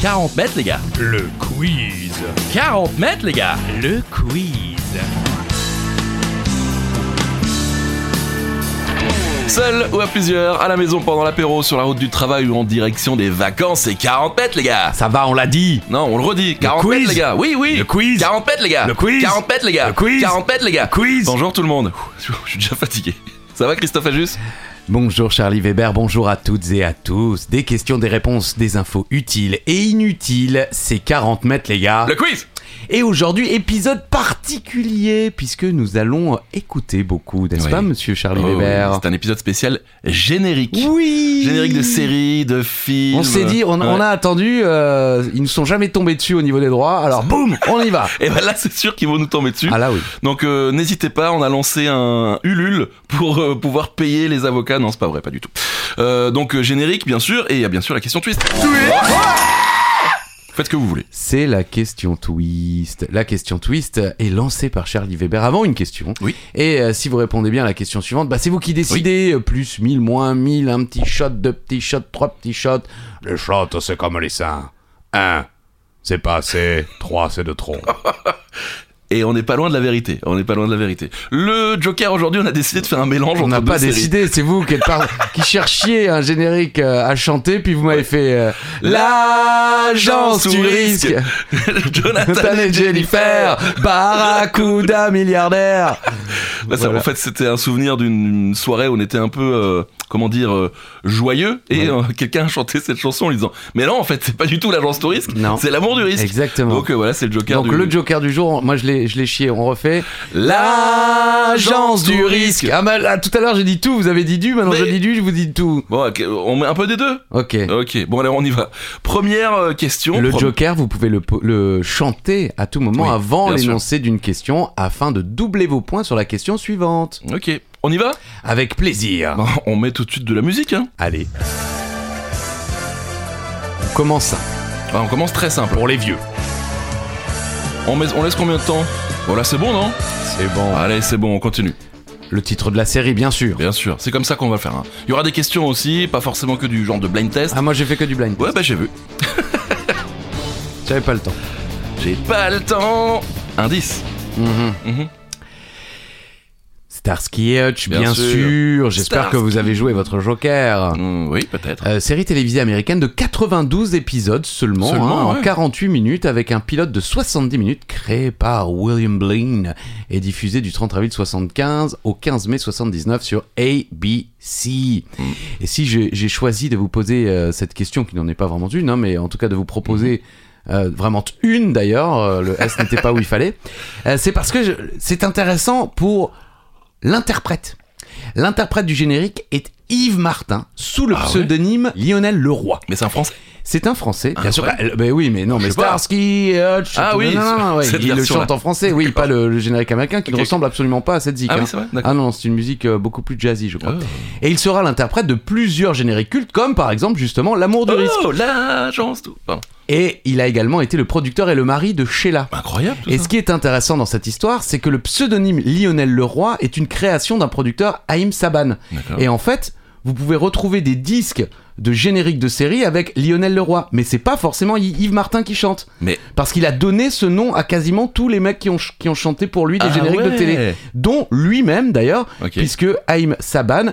40 mètres, les gars. Le quiz. 40 mètres, les gars. Le quiz. Seul ou à plusieurs, à la maison pendant l'apéro, sur la route du travail ou en direction des vacances, c'est 40 mètres, les gars. Ça va, on l'a dit. Non, on le redit. 40 mètres, quiz. les gars. Oui, oui. Le quiz. 40 mètres, les gars. Le quiz. 40 mètres, les gars. Le quiz. 40 mètres, les gars. Quiz. Bonjour tout le monde. Ouh, Je suis déjà fatigué. Ça va, Christophe Ajus Bonjour Charlie Weber, bonjour à toutes et à tous. Des questions, des réponses, des infos utiles et inutiles. C'est 40 mètres les gars. Le quiz Et aujourd'hui, épisode particulier puisque nous allons écouter beaucoup, n'est-ce Oui. pas monsieur Charlie Oh, Weber C'est un épisode spécial générique. Oui Générique de série, de film. On s'est dit, on, on a attendu, euh, ils ne sont jamais tombés dessus au niveau des droits, alors boum, on y va Et ben là, c'est sûr qu'ils vont nous tomber dessus. Ah là oui. Donc euh, n'hésitez pas, on a lancé un Ulule pour euh, pouvoir payer les avocats. Non, c'est pas vrai, pas du tout. Euh, donc euh, générique, bien sûr, et il y a bien sûr la question twist. Faites ce que vous voulez. C'est la question twist. La question twist est lancée par Charlie Weber avant une question. Oui. Et euh, si vous répondez bien à la question suivante, bah, c'est vous qui décidez. Euh, Plus 1000, moins 1000, un petit shot, deux petits shots, trois petits shots. Les shots, c'est comme les seins. 1, c'est pas assez. 3, c'est de trop. Et on n'est pas loin de la vérité. On n'est pas loin de la vérité. Le Joker aujourd'hui, on a décidé de faire un mélange On entre n'a deux pas séries. décidé, c'est vous qui, êtes par- qui cherchiez un générique euh, à chanter, puis vous m'avez fait euh, L'agence Sous du risque, Jonathan Nathan et Jennifer, Barracuda milliardaire. Bah, ça, Voilà. En fait, c'était un souvenir d'une soirée où on était un peu, euh, comment dire, euh, joyeux. Et euh, quelqu'un a chanté cette chanson en lui disant Mais non, en fait, c'est pas du tout l'agence du risque. Non. C'est l'amour du risque. Exactement. Donc euh, voilà, c'est le Joker. Donc du... le Joker du jour, on- moi je l'ai, je l'ai chié, on refait. L'agence du risque. Ah, mal, ah, tout à l'heure j'ai dit tout, vous avez dit du, maintenant Mais- Euh, je dis du, je vous dis tout. Bon, ok, on met un peu des deux. Ok. Ok, bon, alors on y va. Première euh, question. Le Pro- Joker, vous pouvez le, po- le chanter à tout moment Oui, avant bien sûr. l'énoncé d'une question afin de doubler vos points sur la question suivante. Ok, on y va Avec plaisir. Bon, On met tout de suite de la musique. Hein. Allez. On commence ça. Ah, on commence très simple. Pour les vieux. On, met- on laisse combien de temps Voilà, c'est bon, non C'est bon. Allez, c'est bon, on continue. Le titre de la série, bien sûr. Bien sûr, c'est comme ça qu'on va le faire. hein. Il y aura des questions aussi, pas forcément que du genre de blind test. Ah, moi j'ai fait que du blind. Ouais, bah j'ai vu. J'avais pas le temps. J'ai pas le temps. Indice. Mhm. Mhm. Starsky et Hutch, Bien bien, sûr. sûr. J'espère que Starsky. vous avez joué votre Joker. Mm, oui, peut-être. Euh, série télévisée américaine de 92 épisodes seulement, Seulement, hein, ouais. en 48 minutes, avec un pilote de 70 minutes créé par William Blaine et diffusé du 30 avril 75 au 15 mai 79 sur ABC. Mm. Et si j'ai j'ai choisi de vous poser euh, cette question, qui n'en est pas vraiment une, hein, mais en tout cas de vous Mm-hmm. proposer euh, vraiment une d'ailleurs, euh, le S n'était pas où il fallait, euh, c'est parce que je- c'est intéressant pour l'interprète. L'interprète du générique est Yves Martin, sous le Ah ouais pseudonyme Lionel Leroy. Mais c'est en français. C'est un Français, bien sûr. Incroyable. Bah, euh, bah oui, mais non, Je mais sais pas. Starsky, Hutch, Ah tout- oui, non, non, non, ouais, cette il le version-là. chante en français, oui, pas le, le générique américain qui Ok, ne ok. ressemble absolument pas à cette zik. Ah hein. oui, c'est vrai. D'accord. Ah non, c'est une musique euh, beaucoup plus jazzy, je crois. Oh. Et il sera l'interprète de plusieurs génériques cultes, comme par exemple justement L'amour du risque. Oh, l'agence. tout. Pardon. Et il a également été le producteur et le mari de Sheila. Incroyable. tout Et ça. ce qui est intéressant dans cette histoire, c'est que le pseudonyme Lionel Leroy est une création d'un producteur Haïm Saban. D'accord. Et en fait, vous pouvez retrouver des disques de génériques de séries avec Lionel Leroy, mais c'est pas forcément Y- Yves Martin qui chante, Mais parce qu'il a donné ce nom à quasiment tous les mecs qui ont, ch- qui ont chanté pour lui des Ah génériques de ouais. télé, dont lui-même d'ailleurs, Ok. puisque Haïm Saban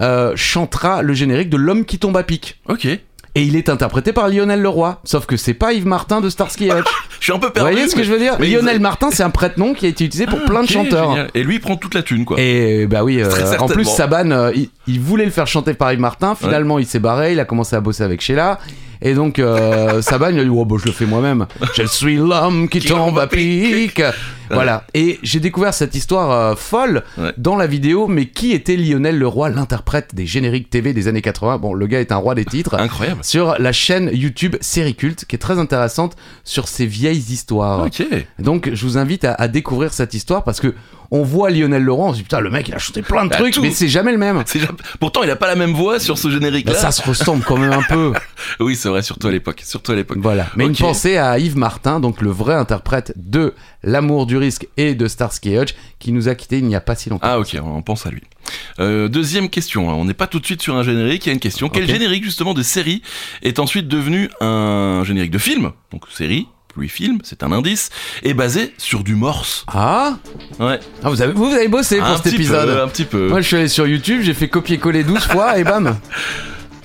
euh, chantera le générique de L'homme qui tombe à pic. Ok. Et il est interprété par Lionel Leroy, sauf que c'est pas Yves Martin de Starsky et Hutch. Je suis un peu Vous perdu. voyez ce que mais- je veux dire mais Lionel ils- Martin, c'est un prête-nom qui a été utilisé pour Ah, plein de ok, chanteurs. génial. Et lui il prend toute la thune quoi. Et bah oui, euh, Très en certainement. plus Saban, euh, il, il voulait le faire chanter par Yves Martin. Finalement, il s'est barré, il a commencé à bosser avec Sheila. Et donc euh, Saban, il a dit oh, bah, je le fais moi-même. Je suis l'homme qui Qui tombe à pic. Voilà. Et j'ai découvert cette histoire euh, folle Ouais. dans la vidéo. Mais qui était Lionel Leroy, l'interprète des génériques TV des années 80 Bon, le gars est un roi des titres. Incroyable. Sur la chaîne YouTube Série Culte, qui est très intéressante sur ces vieilles histoires. Ok. Donc je vous invite à, à découvrir cette histoire parce que on voit Lionel Laurent, on se dit putain le mec il a chanté plein de Ah, trucs tout. mais c'est jamais le même. C'est ja- Pourtant, il a pas la même voix sur ce générique-là. Bah, ça se ressemble quand même un peu. Oui, c'est vrai, surtout à l'époque. Surtout à l'époque. Voilà. Mais Ok. une pensée à Yves Martin, donc le vrai interprète de L'amour du risque et de Starsky et Hutch, qui nous a quittés il n'y a pas si longtemps. Ah, ok, on pense à lui. Euh, deuxième question, on n'est pas tout de suite sur un générique, il y a une question. Quel Ok. générique justement de série est ensuite devenu un générique de film Donc série puis film, c'est un indice, et basé sur du morse. Ah, Ouais, Ah, vous, avez, vous vous avez bossé pour un cet petit épisode. peu, un petit peu. Moi, je suis allé sur YouTube, j'ai fait copier-coller 12 fois et bam.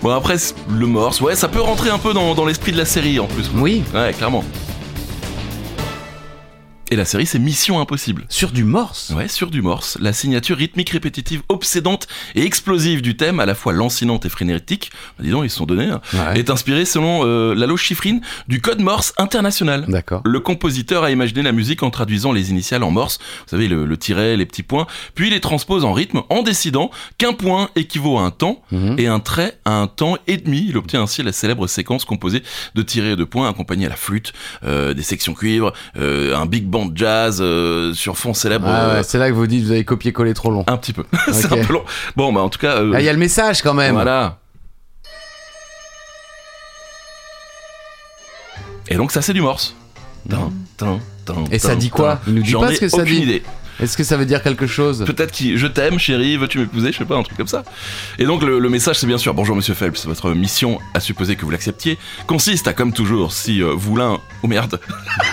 Bon après, c'est- le morse, ouais, ça peut rentrer un peu dans, dans l'esprit de la série en plus. Oui, Ouais, clairement. Et la série, c'est Mission Impossible. sur du morse. Ouais, sur du morse, la signature rythmique répétitive obsédante et explosive du thème, à la fois lancinante et frénétique, bah, dis donc, ils se sont donnés, hein, Ouais. est inspirée selon euh, Lalo Schifrin du code morse international. D'accord. Le compositeur a imaginé la musique en traduisant les initiales en morse, vous savez, le, le tiret, les petits points, puis les transpose en rythme en décidant qu'un point équivaut à un temps Mhm. et un trait à un temps et demi. Il obtient ainsi la célèbre séquence composée de tirets et de points accompagnés à la flûte, euh, des sections cuivre, euh, un big band jazz euh, sur fond célèbre. Ah euh, ouais, c'est là que vous dites que vous avez copié-collé trop long. un petit peu. c'est Ok. un peu long. Bon, bah en tout cas. euh, Ah, il y a le message quand même. voilà. Et donc ça c'est du morse. Tin, tin, tin, Et ça tin, dit quoi tin. Il nous dit J'en pas ai ce que ça aucune dit. Euh. idée. Est-ce que ça veut dire quelque chose Peut-être qui je t'aime chérie, veux-tu m'épouser, je sais pas un truc comme ça. Et donc le, le message c'est bien sûr bonjour monsieur Phelps, votre mission à supposer que vous l'acceptiez consiste à comme toujours si euh, vous l'un oh merde.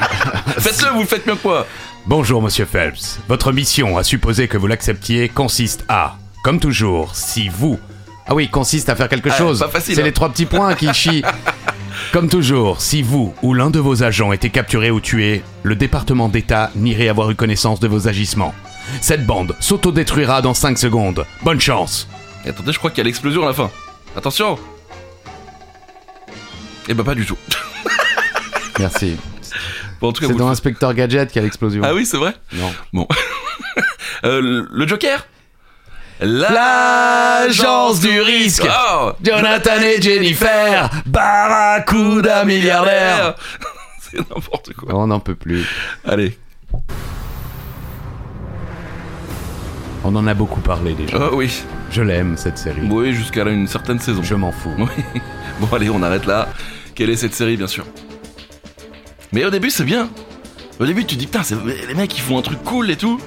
Faites-le, vous le faites mieux que moi. Bonjour, monsieur Phelps. Votre mission, à supposer que vous l'acceptiez, consiste à, comme toujours, si vous. Ah oui, consiste à faire quelque Ah, chose. pas facile, C'est hein. les trois petits points qui chient. Comme toujours, si vous ou l'un de vos agents était capturé ou tué, le département d'État n'irait avoir eu connaissance de vos agissements. Cette bande s'autodétruira dans 5 secondes. Bonne chance Et attendez, je crois qu'il y a l'explosion à la fin. Attention. Et bah pas du tout. Merci. Bon, en tout cas, C'est vous- dans Inspecteur Gadget qu'il y a l'explosion. Ah oui, c'est vrai Non. Bon. Euh, le le Joker L'agence du risque. Oh Jonathan et Jennifer, Barracuda milliardaire. Ah. C'est n'importe quoi. Oh, On n'en peut plus. Allez. On en a beaucoup parlé déjà. Oh oui. Je l'aime cette série. Oui, jusqu'à une certaine saison. Je m'en fous. Oui. Bon, allez, on arrête là. Quelle est cette série, bien sûr Mais au début, c'est bien. Au début, tu te dis, putain, c'est- les mecs, ils font un truc cool et tout.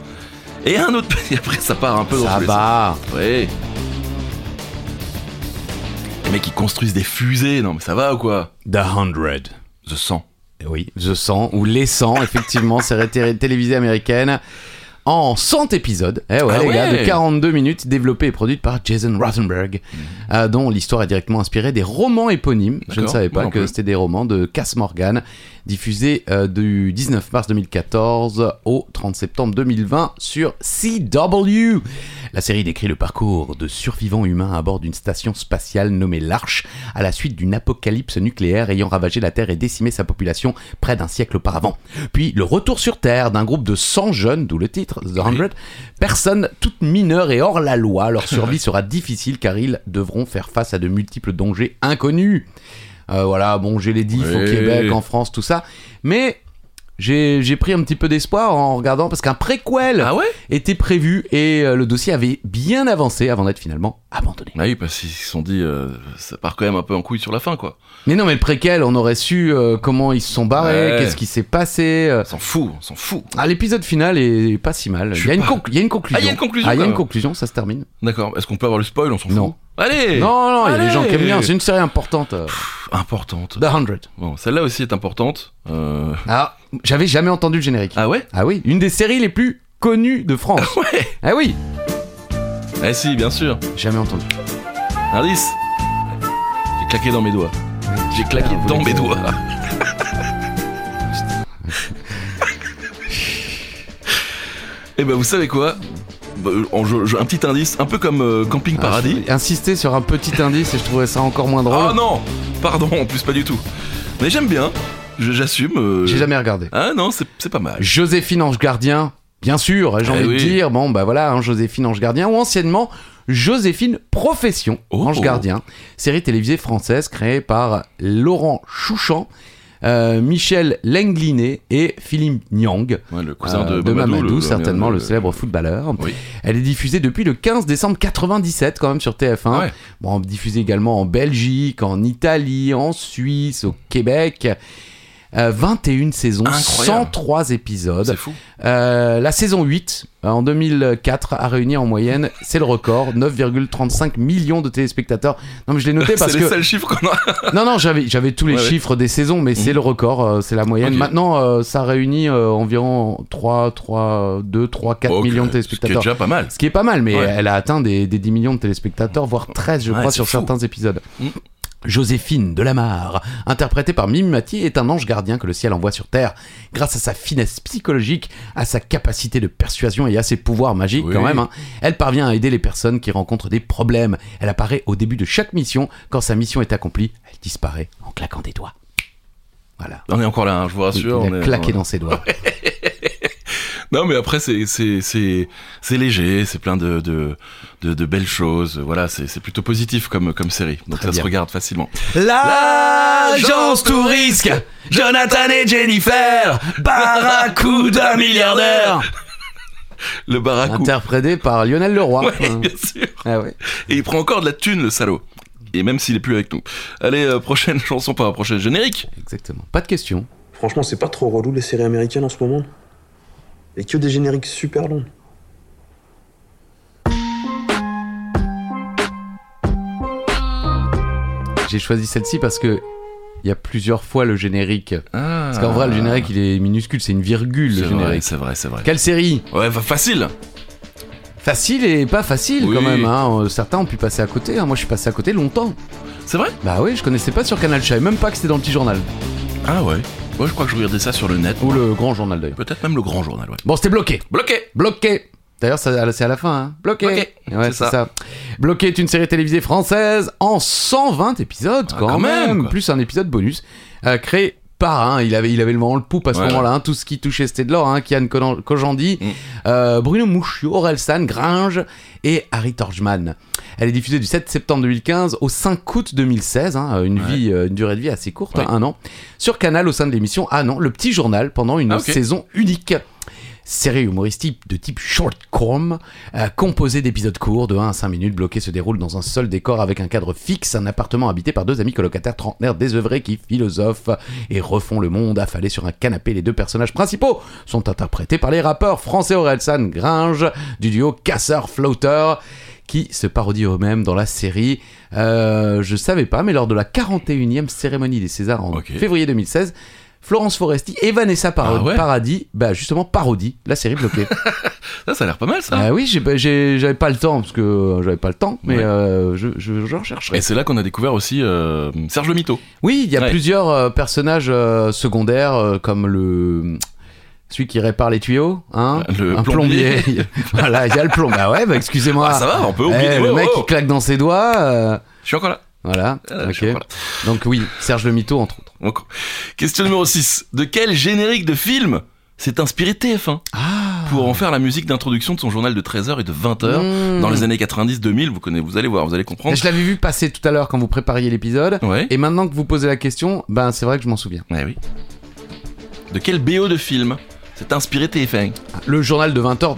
Et un autre. Et après, ça part un peu dans Ça tous les va. Ouais. Les mecs, ils construisent des fusées. Non, mais ça va ou quoi The Hundred. The 100. Oui, The 100 ou Les 100, effectivement, série télé- télévisée américaine. En 100 épisodes, eh ouais, Ah les gars, ouais. de 42 minutes, développée et produite par Jason Rothenberg, euh, dont l'histoire est directement inspirée des romans éponymes. Je ne D'accord, savais moi pas non que plus. c'était des romans de Cass Morgan, diffusés euh, du 19 mars 2014 au 30 septembre 2020 sur CW. La série décrit le parcours de survivants humains à bord d'une station spatiale nommée l'Arche, à la suite d'une apocalypse nucléaire ayant ravagé la Terre et décimé sa population près d'un siècle auparavant. Puis le retour sur Terre d'un groupe de 100 jeunes, d'où le titre, The 100, personnes toutes mineures et hors la loi. Leur survie sera difficile car ils devront faire face à de multiples dangers inconnus. Euh, voilà, bon, j'ai les diffs au Ouais. Québec, en France, tout ça. Mais j'ai j'ai pris un petit peu d'espoir en regardant parce qu'un préquel Ah ouais était prévu et euh, le dossier avait bien avancé avant d'être finalement abandonné. Ah oui, parce qu'ils se sont dit, euh, ça part quand même un peu en couille sur la fin, quoi. Mais non, mais le préquel, on aurait su euh, comment ils se sont barrés, Ouais. qu'est-ce qui s'est passé. euh. On s'en fout, on s'en fout. Ah, l'épisode final est pas si mal. Je Il suis y, a une pas- conc- il y a une conclusion. Ah, il y a une conclusion, Ah, il y a quand une même. conclusion, ça se termine. D'accord, est-ce qu'on peut avoir le spoil On s'en fout. Non. Allez non, non, il y a des allez. gens qui aiment bien. C'est une série importante. euh, Importante. The 100. Bon, celle-là aussi est importante. Euh, Ah, j'avais jamais entendu le générique. Ah ouais Ah oui, une des séries les plus connues de France. Ouais ah oui, Eh si, bien sûr. jamais entendu. Indice J'ai claqué dans mes doigts. J'ai claqué Ah, vous dans mes l'avez- doigts. Et ben vous savez quoi Bah, en jeu- jeu- Un petit indice, un peu comme euh, Camping Ah, Paradis. je- Insister sur un petit indice et je trouvais ça encore moins drôle. Oh non Pardon, en plus pas du tout. Mais j'aime bien, Je- j'assume. euh, J'ai jamais regardé. Ah non, c'est c'est pas mal. Joséphine Ange Gardien, bien sûr, j'ai Eh envie oui. de dire. Bon, bah voilà, hein, Joséphine Ange Gardien, ou anciennement Joséphine Profession Oh. Ange Gardien, série télévisée française créée par Laurent Chouchan, euh, Michel Lenglinet et Philippe Nyang. Ouais, le cousin Euh, de, Mamadou, le- certainement le, le- célèbre footballeur. Oui. Elle est diffusée depuis le 15 décembre 97 quand même sur TF1. Ah Ouais. Bon, diffusée également en Belgique, en Italie, en Suisse, au Québec. euh, 21 saisons, Incroyable. 103 épisodes. C'est fou. Euh, la saison 8, euh, en 2004, a réuni en moyenne, c'est le record, 9,35 millions de téléspectateurs. Non, mais je l'ai noté C'est parce les que. seuls chiffres qu'on a. Non, non, j'avais, j'avais tous les Ouais, ouais. chiffres des saisons, mais c'est le record, euh, c'est la moyenne. Ok. Maintenant, euh, ça réunit euh, environ 3, 3, 2, 3, 4 Oh, que- millions de Ce qui est téléspectateurs. déjà pas mal. Ce qui est pas mal, mais Ouais. elle a atteint des, des 10 millions de téléspectateurs, voire 13, je Ouais, crois, c'est sur fou. certains épisodes. Mm. Joséphine Delamarre, interprétée par Mimimati, est un ange gardien que le ciel envoie sur Terre grâce à sa finesse psychologique, à sa capacité de persuasion et à ses pouvoirs magiques Oui. quand même. hein. Elle parvient à aider les personnes qui rencontrent des problèmes. Elle apparaît au début de chaque mission. Quand sa mission est accomplie, elle disparaît en claquant des doigts. Voilà. On est encore là, hein, je vous rassure. Il on a est- claqué on- dans ses doigts. Non, mais après, c'est, c'est, c'est, c'est léger, c'est plein de, de, de, de belles choses. Voilà, c'est, c'est plutôt positif comme, comme série. Donc Très ça bien. se regarde facilement. L'agence tout risque, Jonathan et Jennifer, barracuda milliardaire. Le barracou. Interprétée par Lionel Leroy. Ouais, Hein. bien sûr. Ah ouais. Et il prend encore de la thune, le salaud. Et même s'il est plus avec nous. Allez, euh, prochaine chanson, pas prochaine générique. Exactement. Pas de question. Franchement, c'est pas trop relou les séries américaines en ce moment. Et que des génériques super longs. J'ai choisi celle-ci parce que il y a plusieurs fois le générique. Parce qu'en vrai, le générique, il est minuscule, c'est une virgule Ah. C'est le vrai, générique. c'est vrai, c'est vrai. Quelle série Ouais, fa- facile. Facile et pas facile quand Oui. même. hein. Euh, Certains ont pu passer à côté. hein. Moi, je suis passé à côté longtemps. C'est vrai Bah oui, je connaissais pas sur Canal. Je savais même pas que c'était dans le petit journal Ah ouais. Moi, je crois que je regardais ça sur le net. ou le grand journal d'ailleurs. Peut-être même le grand journal, ouais. Bon, c'était bloqué. Bloqué Bloqué. D'ailleurs, ça- c'est à la fin. Hein. Bloqué. Bloqué. Ouais, C'est c'est ça. ça. Bloqué est une série télévisée française en 120 épisodes Ah, quand, quand même, même, quoi. plus un épisode bonus euh, créé par un. il avait il avait le vent le poupe à ce Ouais. moment-là. hein. Tout ce qui touchait c'était de l'or. Hein. Kian Conan- Kojandi, Mm. euh, Bruno Mouchiou, Aurel San, Gringe et Harry Torgman. Elle est diffusée du 7 septembre 2015 au 5 août 2016. hein, Une Ouais. vie, euh, une durée de vie assez courte, Ouais. hein, un an. Sur Canal au sein de l'émission Ah non, le petit journal pendant une Ah, ok. saison unique série humoristique de type shortcom, euh, composée d'épisodes courts de 1 à 5 minutes bloqués se déroule dans un seul décor avec un cadre fixe, un appartement habité par deux amis colocataires trentenaires désœuvrés qui philosophent et refont le monde affalés sur un canapé. Les deux personnages principaux sont interprétés par les rappeurs français Orelsan Gringe du duo Casseur Floater qui se parodient eux-mêmes dans la série. Euh, je savais pas, mais lors de la 41e cérémonie des Césars en Ok. février 2016, Florence Foresti et Vanessa Par- Ah ouais. Paradis, bah justement parodie la série bloquée. Ça, ça a l'air pas mal, ça. Ah oui, j'ai- j'ai- j'avais pas le temps parce que j'avais pas le temps, mais Ouais. euh, je, je, je rechercherai. Et c'est là qu'on a découvert aussi euh, Serge le Mito. Oui, il y a Ouais. plusieurs euh, personnages euh, secondaires euh, comme le celui qui répare les tuyaux, hein, Euh, Le un plombier. voilà, il y a le plombier. Ah ouais, bah excusez-moi. Ah, ça va, on peut oublier. Eh, le Oh, mec oh. qui claque dans ses doigts. euh, Je suis encore là. Voilà. Ah, je ok. suis encore là. Donc oui, Serge le Mito entre autres. Donc, question numéro 6. De quel générique de film s'est inspiré TF1 Ah. pour en faire la musique d'introduction de son journal de 13h et de 20h dans Mm. les années 90-2000 vous, connaissez- vous allez voir, vous allez comprendre. Hmm. Je l'avais vu passer tout à l'heure quand vous prépariez l'épisode. Ouais. Et maintenant que vous posez la question, ben c'est vrai que je m'en souviens. Ouais, oui. De quel BO de film s'est inspiré TF1 Le journal de 20h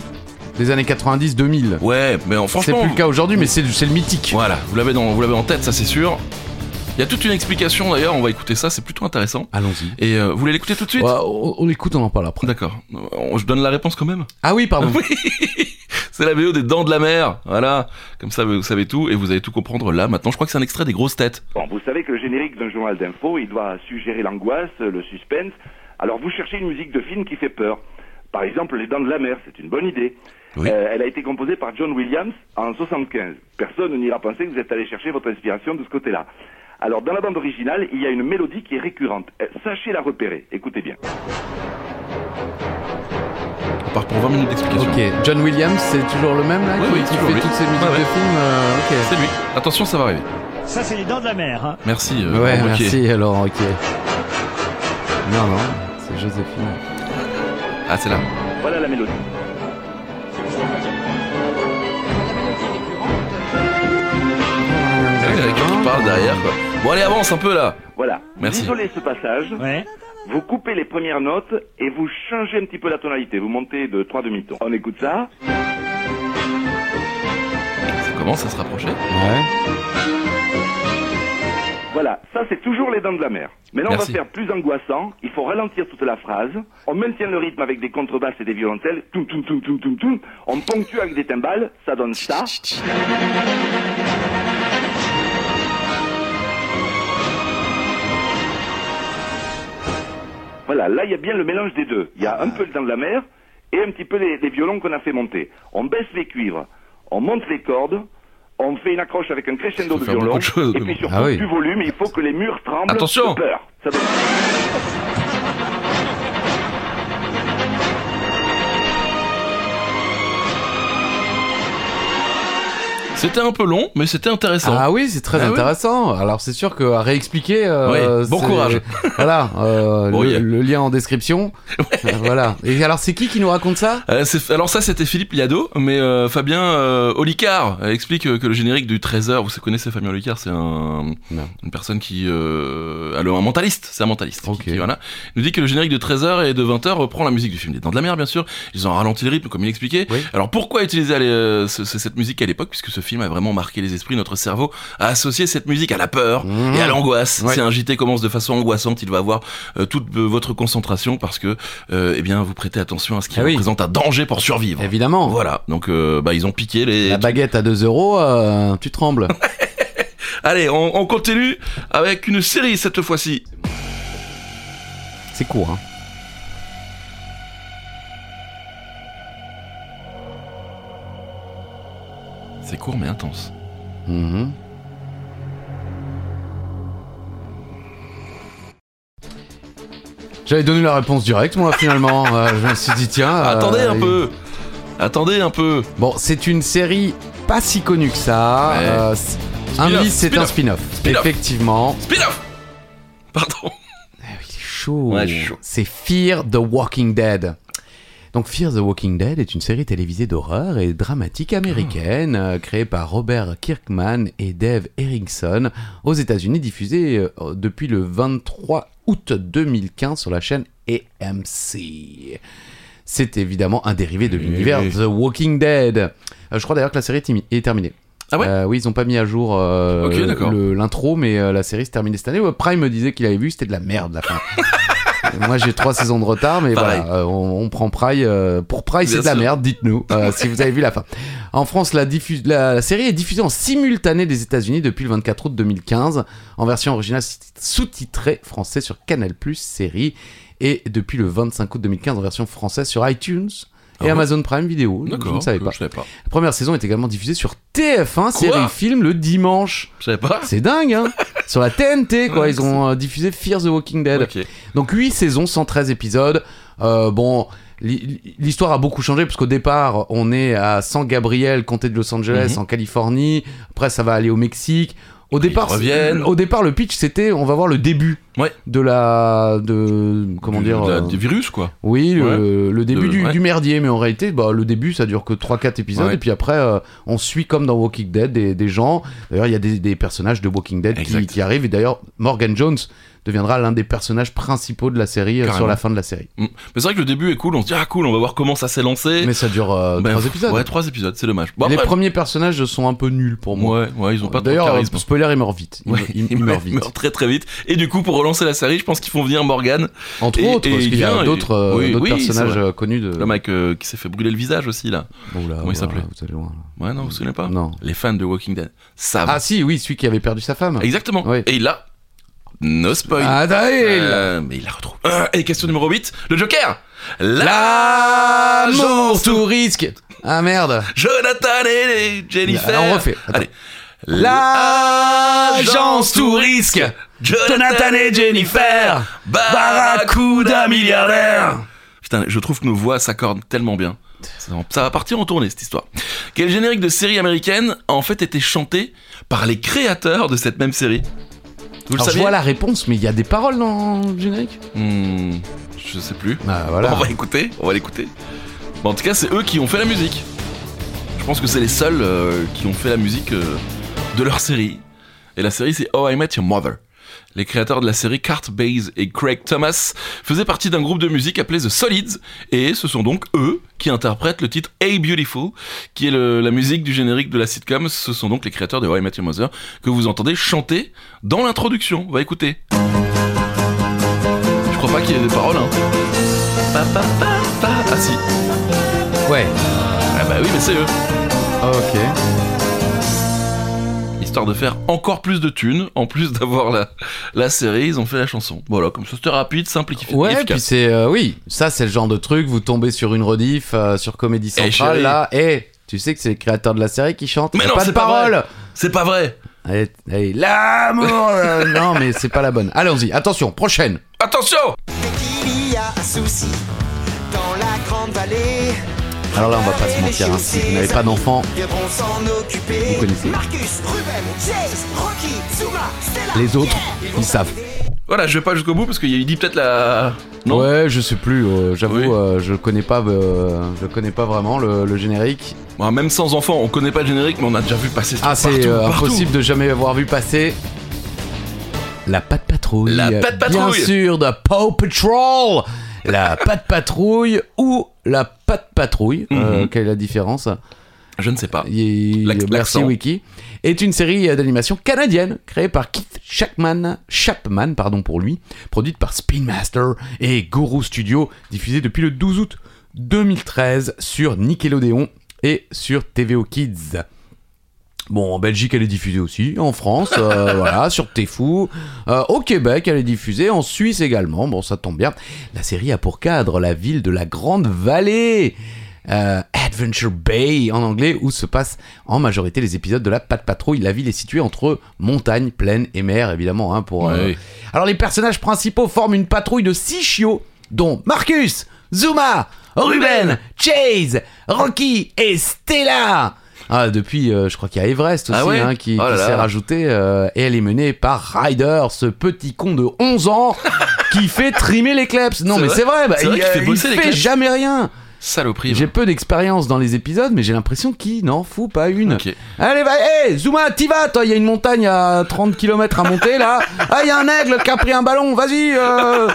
des années 90-2000. Ouais, mais C'est en, franchement. plus le cas aujourd'hui, mais c'est c'est le mythique. Voilà, vous l'avez dans- vous l'avez en tête, ça c'est sûr. Il y a toute une explication d'ailleurs, on va écouter ça, c'est plutôt intéressant. Allons-y. Et euh, vous voulez l'écouter tout de suite Ouais, on, on écoute, on en parle après. D'accord. On- Je donne la réponse quand même. Ah oui, pardon. C'est la BO des Dents de la Mer. Voilà. Comme ça, vous savez tout et vous allez tout comprendre là. Maintenant, je crois que c'est un extrait des grosses têtes. Bon, vous savez que le générique d'un journal d'info, il doit suggérer l'angoisse, le suspense. Alors vous cherchez une musique de film qui fait peur. Par exemple, Les Dents de la Mer, c'est une bonne idée. Oui. Euh, elle a été composée par John Williams en 75. Personne n'ira penser que vous êtes allé chercher votre inspiration de ce côté-là. Alors dans la bande originale, il y a une mélodie qui est récurrente. Euh, Sachez la repérer. Écoutez bien. On part pour 20 minutes d'explication. ok, John Williams, c'est toujours le même là Oui, qui, oui, qui toujours fait lui. toutes ces musiques Ah ouais. de films. euh, ok. C'est lui. Attention, ça va arriver. Ça, c'est les dents de la mer. Hein. Merci. euh, ouais, Laurent Wauquiez. merci alors, ok. Non, non, c'est Joséphine. Ah, c'est là. Voilà la mélodie. Ah C'est quelqu'un qui parle derrière. quoi. Bon, allez, avance un peu là. Voilà. Merci. Vous isolez ce passage, Ouais. vous coupez les premières notes et vous changez un petit peu la tonalité. Vous montez de trois demi-tons. On écoute ça. Ça commence à se rapprocher. Ouais. Voilà, ça c'est toujours les dents de la mer. Maintenant Merci. on va faire plus angoissant, il faut ralentir toute la phrase, on maintient le rythme avec des contrebasses et des violoncelles, toum toum toum toum toum toum, on ponctue avec des timbales, ça donne ça. Voilà, là il y a bien le mélange des deux. Il y Ah. a un peu le dent de la mer et un petit peu les, les violons qu'on a fait monter. On baisse les cuivres, on monte les cordes, on fait une accroche avec un crescendo Faut de faire violon beaucoup de choses, et mais puis bon. surtout Ah oui. du volume. Il faut que les murs tremblent Attention. de peur. Ça donne- C'était un peu long, mais c'était intéressant. Ah oui, c'est très Ah oui. intéressant. Alors c'est sûr qu'à réexpliquer. euh, Oui, bon c'est- courage. Voilà, euh, Bon, le, il y a- le lien en description. voilà. Et alors c'est qui qui nous raconte ça Euh, c'est- alors ça c'était Philippe Liado, mais euh, Fabien euh, Olicard euh, explique euh, que le générique du 13h, vous connaissez Fabien Olicard, c'est un, Non. une personne qui... Euh, alors, un mentaliste, c'est un mentaliste. qui- Ok. qui, voilà, nous dit que le générique de 13h et de 20h reprend la musique du film des Dents de la Mer, bien sûr. Ils ont ralenti le rythme, comme il expliquait. Oui. Alors pourquoi utiliser à l'é- euh, ce- ce- cette musique à l'époque, puisque ce film a vraiment marqué les esprits, notre cerveau a associé cette musique à la peur, Mmh. et à l'angoisse. Ouais. Si un JT commence de façon angoissante, il va avoir euh, toute euh, votre concentration parce que, euh, eh bien, vous prêtez attention à ce qui Ah oui. représente un danger pour survivre. Évidemment. Voilà. Donc, euh, bah, ils ont piqué les. La baguette à 2 euros, euh, tu trembles. Allez, on, on continue avec une série cette fois-ci. c'est court. Hein. C'est court mais intense. Mhm. J'avais donné la réponse directe, moi, finalement. Euh, je me suis dit, tiens. euh, Ah, Attendez un peu. Attendez un peu. Bon, c'est une série pas si connue que ça. Ouais. Euh, c'est- indice, c'est un spin-off. Spin-off. Effectivement. Spin-off. Pardon. Ah oui, il est chaud. Ouais, il est chaud. C'est Fear the Walking Dead. Donc Fear the Walking Dead est une série télévisée d'horreur et dramatique américaine Ah. euh, créée par Robert Kirkman et Dave Erickson aux États-Unis, diffusée euh, depuis le 23 août 2015 sur la chaîne AMC. C'est évidemment un dérivé de Oui, l'univers oui. The Walking Dead. Euh, je crois d'ailleurs que la série est timi- est terminée. Ah ouais Euh, Oui, ils ont pas mis à jour euh, Ok, d'accord. le- l'intro, mais euh, la série se terminée cette année. Ouais, Prime me disait qu'il avait vu, c'était de la merde la fin. Moi j'ai trois saisons de retard, mais Pareil. voilà, euh, on, on prend Prime. euh, pour Prime, c'est Bien de la sûr. merde, dites-nous euh, si vous avez vu la fin. En France, la, diffu- la, la série est diffusée en simultané des États-Unis depuis le 24 août 2015, en version originale sous- sous-titrée français sur Canal Série, et depuis le 25 août 2015 en version française sur iTunes et Ah ouais. Amazon Prime Vidéo. Je ne D'accord. savais pas. Je savais pas. La première saison est également diffusée sur TF1, série film, le dimanche. Je savais pas. C'est dingue, hein Sur la TNT, quoi, Ouais, ils ont euh, diffusé Fear the Walking Dead. Ok. Donc 8 saisons, 113 épisodes. Euh, bon, l'hi- l'histoire a beaucoup changé parce qu'au départ, on est à San Gabriel, comté de Los Angeles, Mhm. en Californie. Après, ça va aller au Mexique. Au Après, ils départ, reviennent. au départ, le pitch c'était on va voir le début Ouais. de la de comment Du- dire de la- euh, Du virus quoi. oui le, le début De- du, ouais. du merdier mais en réalité bah, le début ça dure que 3-4 épisodes Ouais. et puis après euh, on suit comme dans Walking Dead des, des gens d'ailleurs il y a des, des personnages de Walking Dead qui, Exact. qui arrivent et d'ailleurs Morgan Jones deviendra l'un des personnages principaux de la série euh, sur Carrément. la fin de la série Mais c'est vrai que le début est cool. On se dit ah cool, on va voir comment ça s'est lancé. Mais ça dure euh, Ben, trois pff, épisodes. Ouais, trois épisodes, c'est dommage. Bon, les après, premiers personnages sont un peu nuls pour moi. Ouais, ouais, ils ont pas trop de D'ailleurs, euh, charisme. spoiler, il meurt vite. Il, Ouais, il- il meurt vite. très très vite. Et du coup, pour relancer la série, je pense qu'ils font venir Morgan, Entre Et- autres, et parce il qu'il y vient, a et- d'autres euh, oui, d'autres oui, c'est personnages vrai. euh, connus de. le mec euh, qui s'est fait brûler le visage aussi là. Oula, comment il voilà, s'appelait vous allez loin, Ouais, non, vous vous souvenez là. pas Non. Les fans de Walking Dead savent. Ah si, oui, celui qui avait perdu sa femme. Exactement. Oui. Et il a no spoil. Ah, Daryl Euh, mais il la retrouve. Euh, et question numéro 8, le Joker. La L'amour tout risque Ah merde Jonathan et Jennifer. Ah, On refait. Attends. Allez. L'agence tout risque Jonathan et Jennifer Barracuda milliardaire Putain, je trouve que nos voix s'accordent tellement bien. Ça va- ça va partir en tournée cette histoire. Quel générique de série américaine a en fait été chanté par les créateurs de cette même série Vous le Alors, je saviez vois la réponse, mais il y a des paroles dans le générique. Hmm, Je sais plus. Ah voilà. On va écouter, on va l'écouter. Bon, en tout cas, c'est eux qui ont fait la musique. Je pense que c'est les seuls euh, qui ont fait la musique euh, de leur série. Et la série, c'est Oh I Met Your Mother. les créateurs de la série Cart Base et Craig Thomas faisaient partie d'un groupe de musique appelé The Solids, et ce sont donc eux qui interprètent le titre Hey Beautiful, qui est le- la musique du générique de la sitcom. Ce sont donc les créateurs de How I Met Your Mother que vous entendez chanter dans l'introduction. On va écouter. Je crois pas qu'il y ait des paroles, hein. Pa, pa, pa, pa. Ah si. Ouais. Ah bah oui, mais c'est eux. Ok. Histoire de faire encore plus de thunes, en plus d'avoir la, la série, ils ont fait la chanson. Voilà, comme ça c'était rapide, simple, efficace. Ouais, puis c'est euh, oui, ça c'est le genre de truc. Vous tombez sur une rediff euh, sur Comédie Eh, Centrale chérie. là, et tu sais que c'est les créateurs de la série qui chantent. Mais Y a non, pas c'est de pas parole. C'est pas vrai Allez, allez, L'amour. euh, non, mais c'est pas la bonne. Allons-y. Attention, prochaine. Attention Dès qu'il y a un souci dans la grande vallée. Alors là, on va pas se mentir. hein, Si vous n'avez pas d'enfant, Viendront s'en occuper. Vous connaissez. Marcus, Ruben, Chase, Rocky, Zuma, Stella. les autres, Yeah ils savent. Voilà, je vais pas jusqu'au bout parce qu'il dit peut-être la. Non Ouais, je sais plus. euh, J'avoue, Oui. euh, je connais pas, euh, je connais pas vraiment le, le générique. Bon, Bah, même sans enfant, on connaît pas le générique, mais on a déjà vu passer ce Ah, truc c'est partout, euh, partout. impossible de jamais avoir vu passer. La patte patrouille. La Patte Patrouille. Bien sûr, de Paw Patrol. La patte patrouille ou la patte patrouille. euh, Mhm. quelle est la différence Je ne sais pas. Il- L'ac- Merci l'accent. Wiki. Est une série euh, d'animation canadienne créée par Keith Chapman, Chapman pardon pour lui, produite par Spin Master et Guru Studio, diffusée depuis le 12 août 2013 sur Nickelodeon et sur TVO Kids. Bon, en Belgique, elle est diffusée aussi, en France, euh, voilà, sur Tfou, Euh, au Québec, elle est diffusée, en Suisse également, bon, ça tombe bien. La série a pour cadre la ville de la Grande Vallée, euh, Adventure Bay en anglais, où se passent en majorité les épisodes de la Pat Patrouille. La ville est située entre montagne, plaine et mer, évidemment, hein, pour... euh, Ouais. Alors, les personnages principaux forment une patrouille de six chiots, dont Marcus, Zuma, Ruben, Chase, Rocky et Stella ah, depuis, euh, je crois qu'il y a Everest aussi Ah ouais hein, qui, Oh là qui là. s'est rajouté euh, et elle est menée par Ryder, ce petit con de 11 ans qui fait trimer les kleps. Non C'est mais vrai c'est vrai, bah, C'est vrai il, qu'il fait il bosser les kleps. jamais rien. Saloperie. J'ai bah. peu d'expérience dans les épisodes, mais j'ai l'impression qu'il n'en fout pas une. Ok. Allez, va, hey, Zuma, t'y vas, toi, il y a une montagne à 30 km à monter là. Ah, il y a un aigle qui a pris un ballon, vas-y. euh.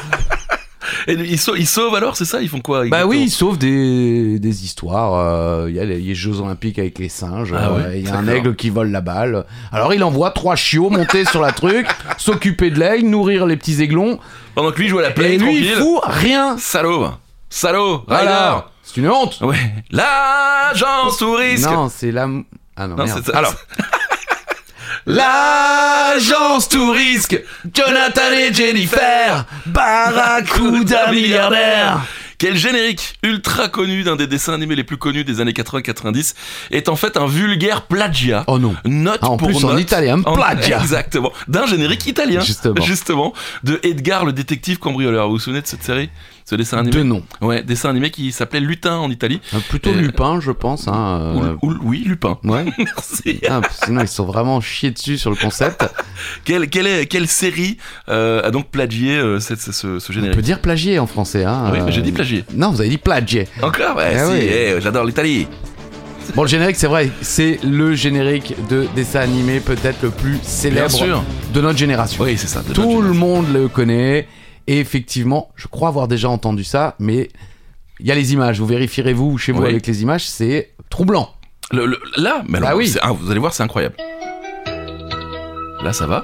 Et ils sau- ils sauvent alors, c'est ça Ils font quoi Bah exactement oui, sauf des, des histoires. euh, Il y a les, les Jeux Olympiques avec les singes. euh, Ah Il ouais, y a un d'accord. aigle qui vole la balle. Alors il envoie trois chiots monter sur la truc, s'occuper de l'aigle, nourrir les petits aiglons. Pendant que lui joue à la play, Et lui, il tranquille. fout rien. Salaud Salaud Ryder Voilà. C'est une honte. Ouais. L'agence au risque Non, c'est la. Ah non, Non, merde. c'est ça. Alors, L'agence tout risque, Jonathan et Jennifer, Barracuda milliardaire. Quel générique ultra connu d'un des dessins animés les plus connus des années 80-90 est en fait un vulgaire plagiat. oh non. Note Ah, en pour plus, note. en italien, En- plagiat. Exactement. D'un générique italien. Justement. Justement, De Edgar le détective cambrioleur. Vous vous souvenez de cette série Ce dessin animé Deux noms. Ouais, dessin animé qui s'appelait Lutin en Italie. Euh, Plutôt Et- Lupin, je pense. hein, Ou- euh, ou- oui, Lupin. Ouais. Merci. Ah, sinon, ils sont vraiment chiés dessus sur le concept. Quelle, quelle, est- quelle série euh, a donc plagié euh, cette- ce, ce- ce On générique peut dire plagier en français. Hein, Oui, euh, mais j'ai dit plagié. Non, vous avez dit plagier. Encore Ouais, Ah si, oui. eh, j'adore l'Italie. Bon, le générique, c'est vrai, c'est le générique de dessin animé peut-être le plus Bien célèbre sûr. de notre génération. Oui, c'est ça. de Tout notre le génération. monde le connaît. Et effectivement, je crois avoir déjà entendu ça, mais il y a les images. Vous vérifierez vous chez vous Oui. avec les images, c'est troublant. Le- le- là, mais alors, Bah oui. c'est- ah, vous allez voir, c'est incroyable. Là, ça va.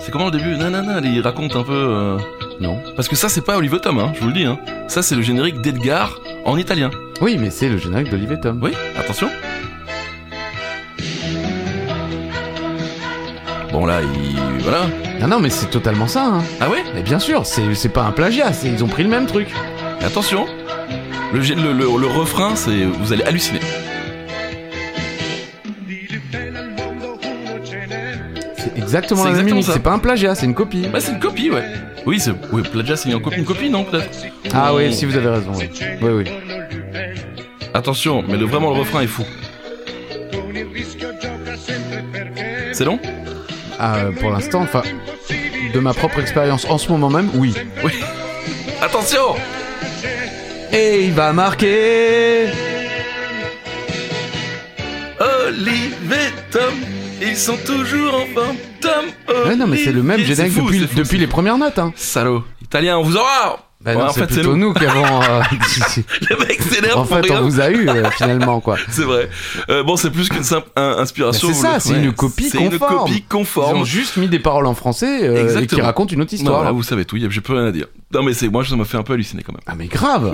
C'est comment le début Nanana, il raconte un peu. euh, Non. Parce que ça, c'est pas Olivier Tom, hein, je vous le dis. Hein. Ça, c'est le générique d'Edgar en italien. Oui, mais c'est le générique d'Olivier Tom. Oui, attention. Bon, là, il. Voilà. Non, non, mais c'est totalement ça. hein. Ah ouais Mais bien sûr, c'est c'est pas un plagiat, c'est- ils ont pris le même truc. Mais Attention, le, gé- le, le- le refrain, c'est vous allez halluciner. C'est exactement C'est la même exactement musique, ça. c'est pas un plagiat, c'est une copie. Bah c'est une copie, ouais. Oui, c'est oui, plagiat, c'est une copie, une copie, non peut-être. Ah oui, Mmh. si vous avez raison. Oui, oui. oui. Attention, mais le, vraiment le refrain est fou. C'est long Ah, euh, pour l'instant, enfin, de ma propre expérience en ce moment même, oui. Oui. Attention Et il va marquer Olive et Tom, ils sont toujours en forme. Tom sommes. Ouais, non, mais c'est le même obligés. générique C'est fou, depuis, c'est fou, depuis c'est les fou. premières notes. Hein. Salaud. Italien, on vous aura Bah Ouais, non, En c'est fait, c'est plutôt nous. nous qui avons. euh, Le mec s'énerve en pour fait, on rien. vous a eu euh, finalement quoi. C'est vrai. Euh, bon, c'est plus qu'une simple in- inspiration. Mais Bah, c'est vous ça, le c'est trouvez. une copie C'est conforme. une copie Ils conforme. ont juste mis des paroles en français euh, et qui Exactement. racontent une autre Non, histoire. là, vous savez tout, y a- j'ai plus rien à dire. Non, mais c'est moi, ça m'a fait un peu halluciner quand même. Ah mais grave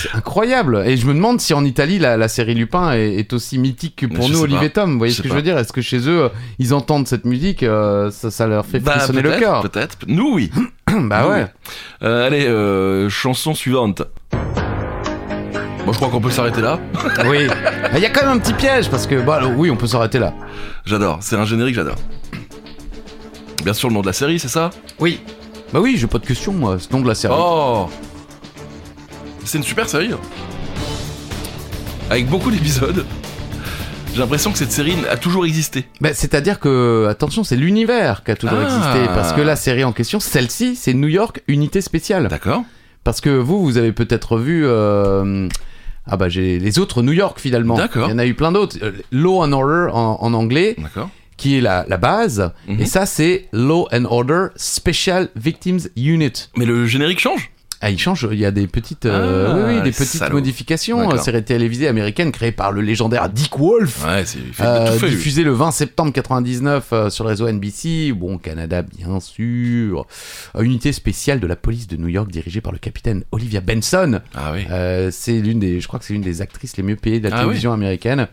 C'est incroyable Et je me demande si en Italie la, la série Lupin est, est aussi mythique que pour Je nous sais Olive pas. et Tom. Vous voyez Je ce sais que je pas. veux dire Est-ce que chez eux euh, ils entendent cette musique euh, ça, ça leur fait Bah, frissonner le peut-être, cœur Peut-être. Nous, oui. Bah Nous, ouais oui. Euh, allez, euh, chanson suivante. Bon, je crois qu'on peut s'arrêter là. Oui Mais Il y a quand même un petit piège parce que bah alors, oui on peut s'arrêter là. J'adore, c'est un générique, j'adore. Bien sûr, le nom de la série, c'est ça Oui Bah oui j'ai pas de question moi, ce nom de la série. Oh C'est une super série. Avec beaucoup d'épisodes. J'ai l'impression que cette série a toujours existé. Bah, c'est-à-dire que, attention, c'est l'univers qui a toujours Ah. existé parce que la série en question, celle-ci, c'est New York Unité Spéciale. D'accord Parce que vous, vous avez peut-être vu. euh, Ah bah j'ai les autres New York finalement. D'accord. Il y en a eu plein d'autres. Euh, Law and Order en, en anglais, D'accord. qui est la, la base. Mhm. Et ça c'est Law and Order Special Victims Unit. Mais le générique change Ah il change, il y a des petites, euh, Ah, oui, oui, des les petites salauds. modifications. D'accord. Euh, Série télévisée américaine créée par le légendaire Dick Wolf. Ouais, c'est il fait euh, tout fait. lui. diffusée le 20 septembre 99 euh, sur le réseau NBC, bon Canada bien sûr, Euh, unité spéciale de la police de New York dirigée par le capitaine Olivia Benson, Ah oui. euh, c'est l'une des, je crois que c'est l'une des actrices les mieux payées de la Ah télévision américaine.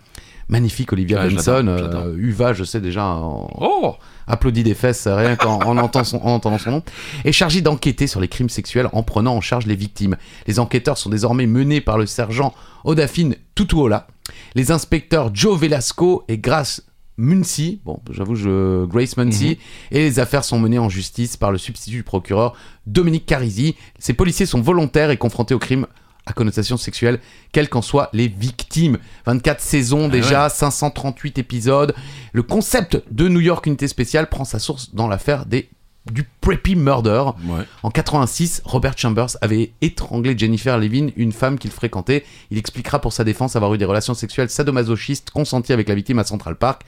Magnifique Olivia Ouais, je Benson, l'adore, je l'adore. euh, Uva, je sais déjà, en- Oh applaudit des fesses rien qu'en en entend son- en entendant son nom, est chargé d'enquêter sur les crimes sexuels en prenant en charge les victimes. Les enquêteurs sont désormais menés par le sergent Odafine Tutuola, les inspecteurs Joe Velasco et Grace Muncy, bon j'avoue je Grace Muncy, et les affaires sont menées en justice par le substitut du procureur Dominique Carisi. Ces policiers sont volontaires et confrontés aux crimes à connotation sexuelle, quelles qu'en soient les victimes. 24 saisons déjà, 538 épisodes. Le concept de New York Unité Spéciale prend sa source dans l'affaire des du Preppy Murder. Ouais. En 86, Robert Chambers avait étranglé Jennifer Levin, une femme qu'il fréquentait. Il expliquera pour sa défense avoir eu des relations sexuelles sadomasochistes consenties avec la victime à Central Park.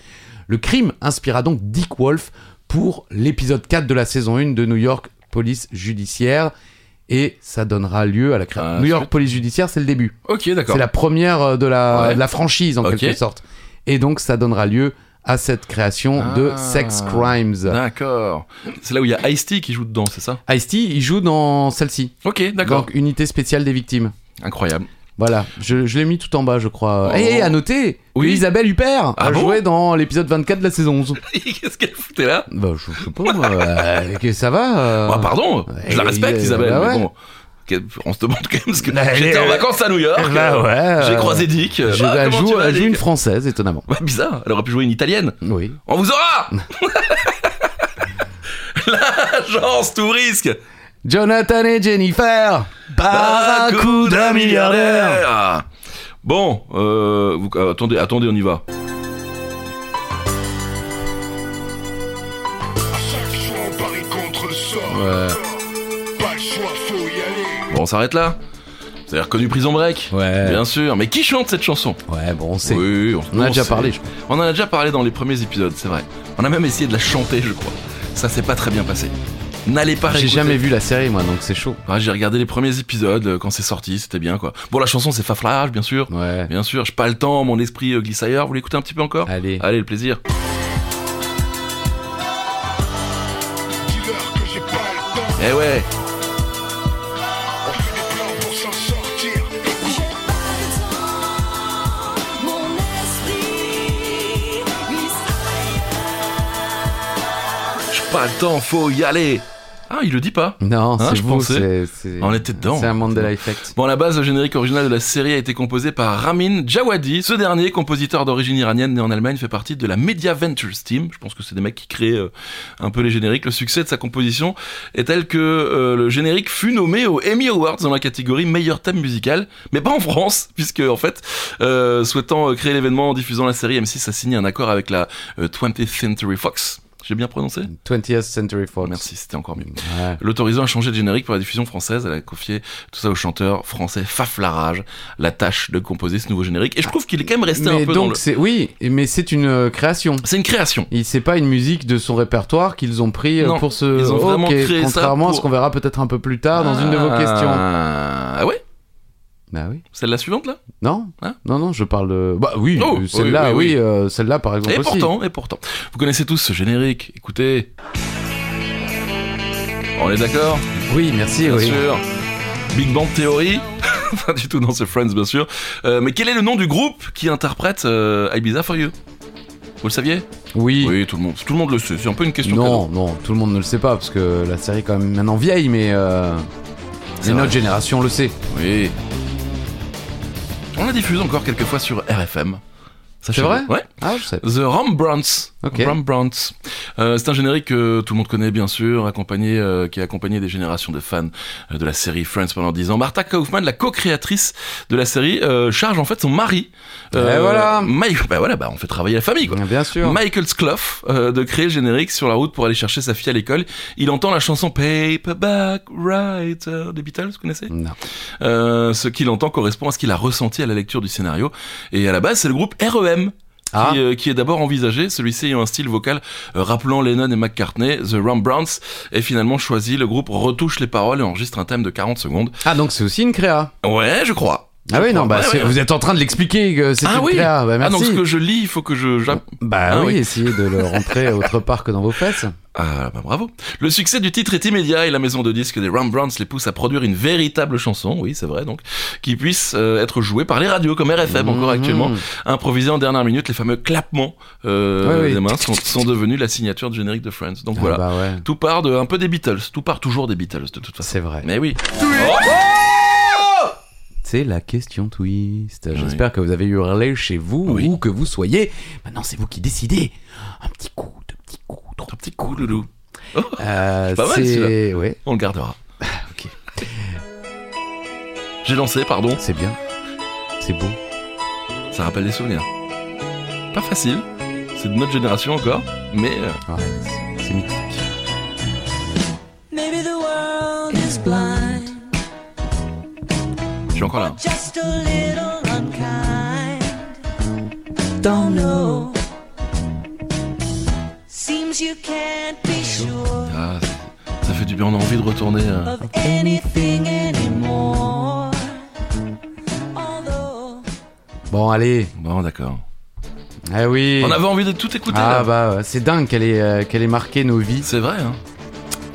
Le crime inspira donc Dick Wolf pour l'épisode 4 de la saison 1 de New York Police Judiciaire. Et ça donnera lieu à la création. Ah, New York suite. Police Judiciaire, c'est le début. Ok, d'accord. C'est la première euh, de la, Ouais. de la franchise en Ok. quelque sorte. Et donc ça donnera lieu à cette création de Ah. Sex Crimes. D'accord. C'est là où il y a Ice-T qui joue dedans, c'est ça Ice-T, il joue dans celle-ci. Ok, d'accord. Donc unité spéciale des victimes. Incroyable. Voilà, je, je l'ai mis tout en bas, je crois. Oh. Et à noter, Oui. que Isabelle Huppert a Ah bon joué dans l'épisode 24 de la saison 11. Qu'est-ce qu'elle foutait là bah, je, je sais pas, moi, euh, que ça va euh. Bah, pardon, je la et- respecte, et- Isabelle, bah mais ouais. bon. que- On se demande quand même ce que. Bah, elle J'étais est- en vacances à New York. Bah euh, ouais. J'ai euh, croisé Dick. euh, Je, ah, elle comment joue, tu vas, elle joue Dick une française, étonnamment. Bah, bizarre, elle aurait pu jouer une italienne. Oui. On vous aura L'agence tout risque Jonathan et Jennifer Ah, Par un coup d'un milliardaire Bon, euh, vous- euh, attendez, attendez, on y va. Ouais. Bon, on s'arrête là. Vous avez reconnu Prison Break Ouais. Bien sûr, mais qui chante cette chanson Ouais, bon, on sait. Oui, On en a déjà sait. parlé, je crois. On en a déjà parlé dans les premiers épisodes, c'est vrai. On a même essayé de la chanter, je crois. Ça s'est pas très bien passé. N'allez pas J'ai réécouter. jamais vu la série, moi, donc c'est chaud. Ouais, j'ai regardé les premiers épisodes euh, quand c'est sorti, c'était bien quoi. Bon, la chanson c'est Faflarage, bien sûr. Ouais. Bien sûr, j'ai pas le temps, mon esprit euh, glisse ailleurs. Vous l'écoutez un petit peu encore Allez. Allez, le plaisir. Eh ouais J'ai pas le temps, faut y aller Ah, il le dit pas Non, Hein, c'est je vous, c'est. pensais. c'est- On était dedans. C'est un Mandela Effect. Bon, à la base, le générique original de la série a été composé par Ramin Djawadi. Ce dernier, compositeur d'origine iranienne né en Allemagne, fait partie de la Media Ventures Team. Je pense que c'est des mecs qui créent euh, un peu les génériques. Le succès de sa composition est tel que euh, le générique fut nommé aux Emmy Awards dans la catégorie meilleur thème musical, mais pas en France, puisque en fait, euh, souhaitant euh, créer l'événement en diffusant la série, M6 a signé un accord avec la euh, 20th Century Fox. Je J'ai bien prononcé 20th Century Fox. Merci, c'était encore mieux. Ouais. L'autorisant a changé de générique pour la diffusion française. Elle a confié tout ça au chanteur français Faf Larage, la tâche de composer ce nouveau générique. Et je trouve qu'il est quand même resté Mais un peu dans donc le. c'est oui, mais c'est une euh, création. C'est une création. Il c'est pas une musique de son répertoire qu'ils ont pris euh, Non, pour ce ils ont vraiment créé ça contrairement à ce pour- qu'on verra peut-être un peu plus tard Ah, dans une de vos questions. Ah ouais Bah oui. Celle la suivante là Non Hein Non non, je parle de bah oui, Oh, euh, oui, celle-là oui, oui, oui. euh, celle-là par exemple Et aussi. pourtant, et pourtant. Vous connaissez tous ce générique. Écoutez. On est d'accord Oui, merci Bien oui. sûr. Big Bang Theory Pas du tout dans ce Friends, bien sûr. Euh, mais quel est le nom du groupe qui interprète euh, Ibiza for You Vous le saviez Oui. Oui, tout le monde. Tout le monde le sait. C'est un peu une question. Non, non, tout le monde ne le sait pas parce que la série est quand même maintenant vieille mais euh, C'est mais vrai. notre génération le sait. cadeau. Oui. On la diffuse encore quelques fois sur RFM. C'est Sachez-le. vrai Ouais. Ah, je sais. The Rembrandts. Ok. Rembrandts. Euh, c'est un générique que tout le monde connaît bien sûr, accompagné, euh, qui a accompagné des générations de fans euh, de la série Friends pendant 10 ans. Martha Kaufman, la co-créatrice de la série, euh, charge en fait son mari. Euh, Eh voilà. Mike, bah voilà, bah on fait travailler la famille quoi. Bien sûr. Michael Sclough euh, de créer le générique sur la route pour aller chercher sa fille à l'école. Il entend la chanson Paperback Writer des Beatles, vous connaissez Non. euh, Ce qu'il entend correspond à ce qu'il a ressenti à la lecture du scénario. Et à la base, c'est le groupe REM Ah. qui, euh, qui est d'abord envisagé, celui-ci ayant un style vocal euh, rappelant Lennon et McCartney, The Rembrandts est finalement choisi, le groupe retouche les paroles et enregistre un thème de 40 secondes. Ah donc c'est aussi une créa. Ouais, je crois. Ah oui, non, bah, Ouais, c'est- ouais. vous êtes en train de l'expliquer que c'est Ah une oui. créa. Bah, Ah non, ce merci. que je lis, il faut que je... j'a- Bah Ah oui, oui. essayez de le rentrer autre part que dans vos fesses. Ah bah bravo. Le succès du titre est immédiat et la maison de disques des Rembrandts les pousse à produire une véritable chanson, oui c'est vrai donc, qui puisse euh, être jouée par les radios comme RFM encore Mhm. actuellement. Improvisés en dernière minute, les fameux clappements euh, Ouais, oui. des mains sont, sont devenus la signature du générique de Friends. Donc Ah voilà. Bah ouais, Tout part de, un peu des Beatles, tout part toujours des Beatles de toute façon. c'est vrai. Mais oui. C'est la question twist. J'espère que vous avez hurlé chez vous Oui. ou que vous soyez. Maintenant, c'est vous qui décidez. Un petit coup, deux petits coups, trois. Un petit coup, loulou. Oh, Euh, pas mal, c'est ouais, On le gardera. Ah, ok. J'ai lancé, pardon. c'est bien. C'est beau. Ça rappelle des souvenirs. Pas facile. C'est de notre génération encore. Mais euh, Ouais, c'est- c'est mythique. Maybe the world is blind, je suis encore là. just a little unkind. Don't know. Seems you can't be sure Ah, c'est- ça fait du bien. On a envie de retourner. euh. of anything anymore. Although Bon, allez. Bon, d'accord. Ah oui. On avait envie de tout écouter. ah là. bah ouais, c'est dingue qu'elle ait, euh, qu'elle ait marqué nos vies. C'est vrai. Hein.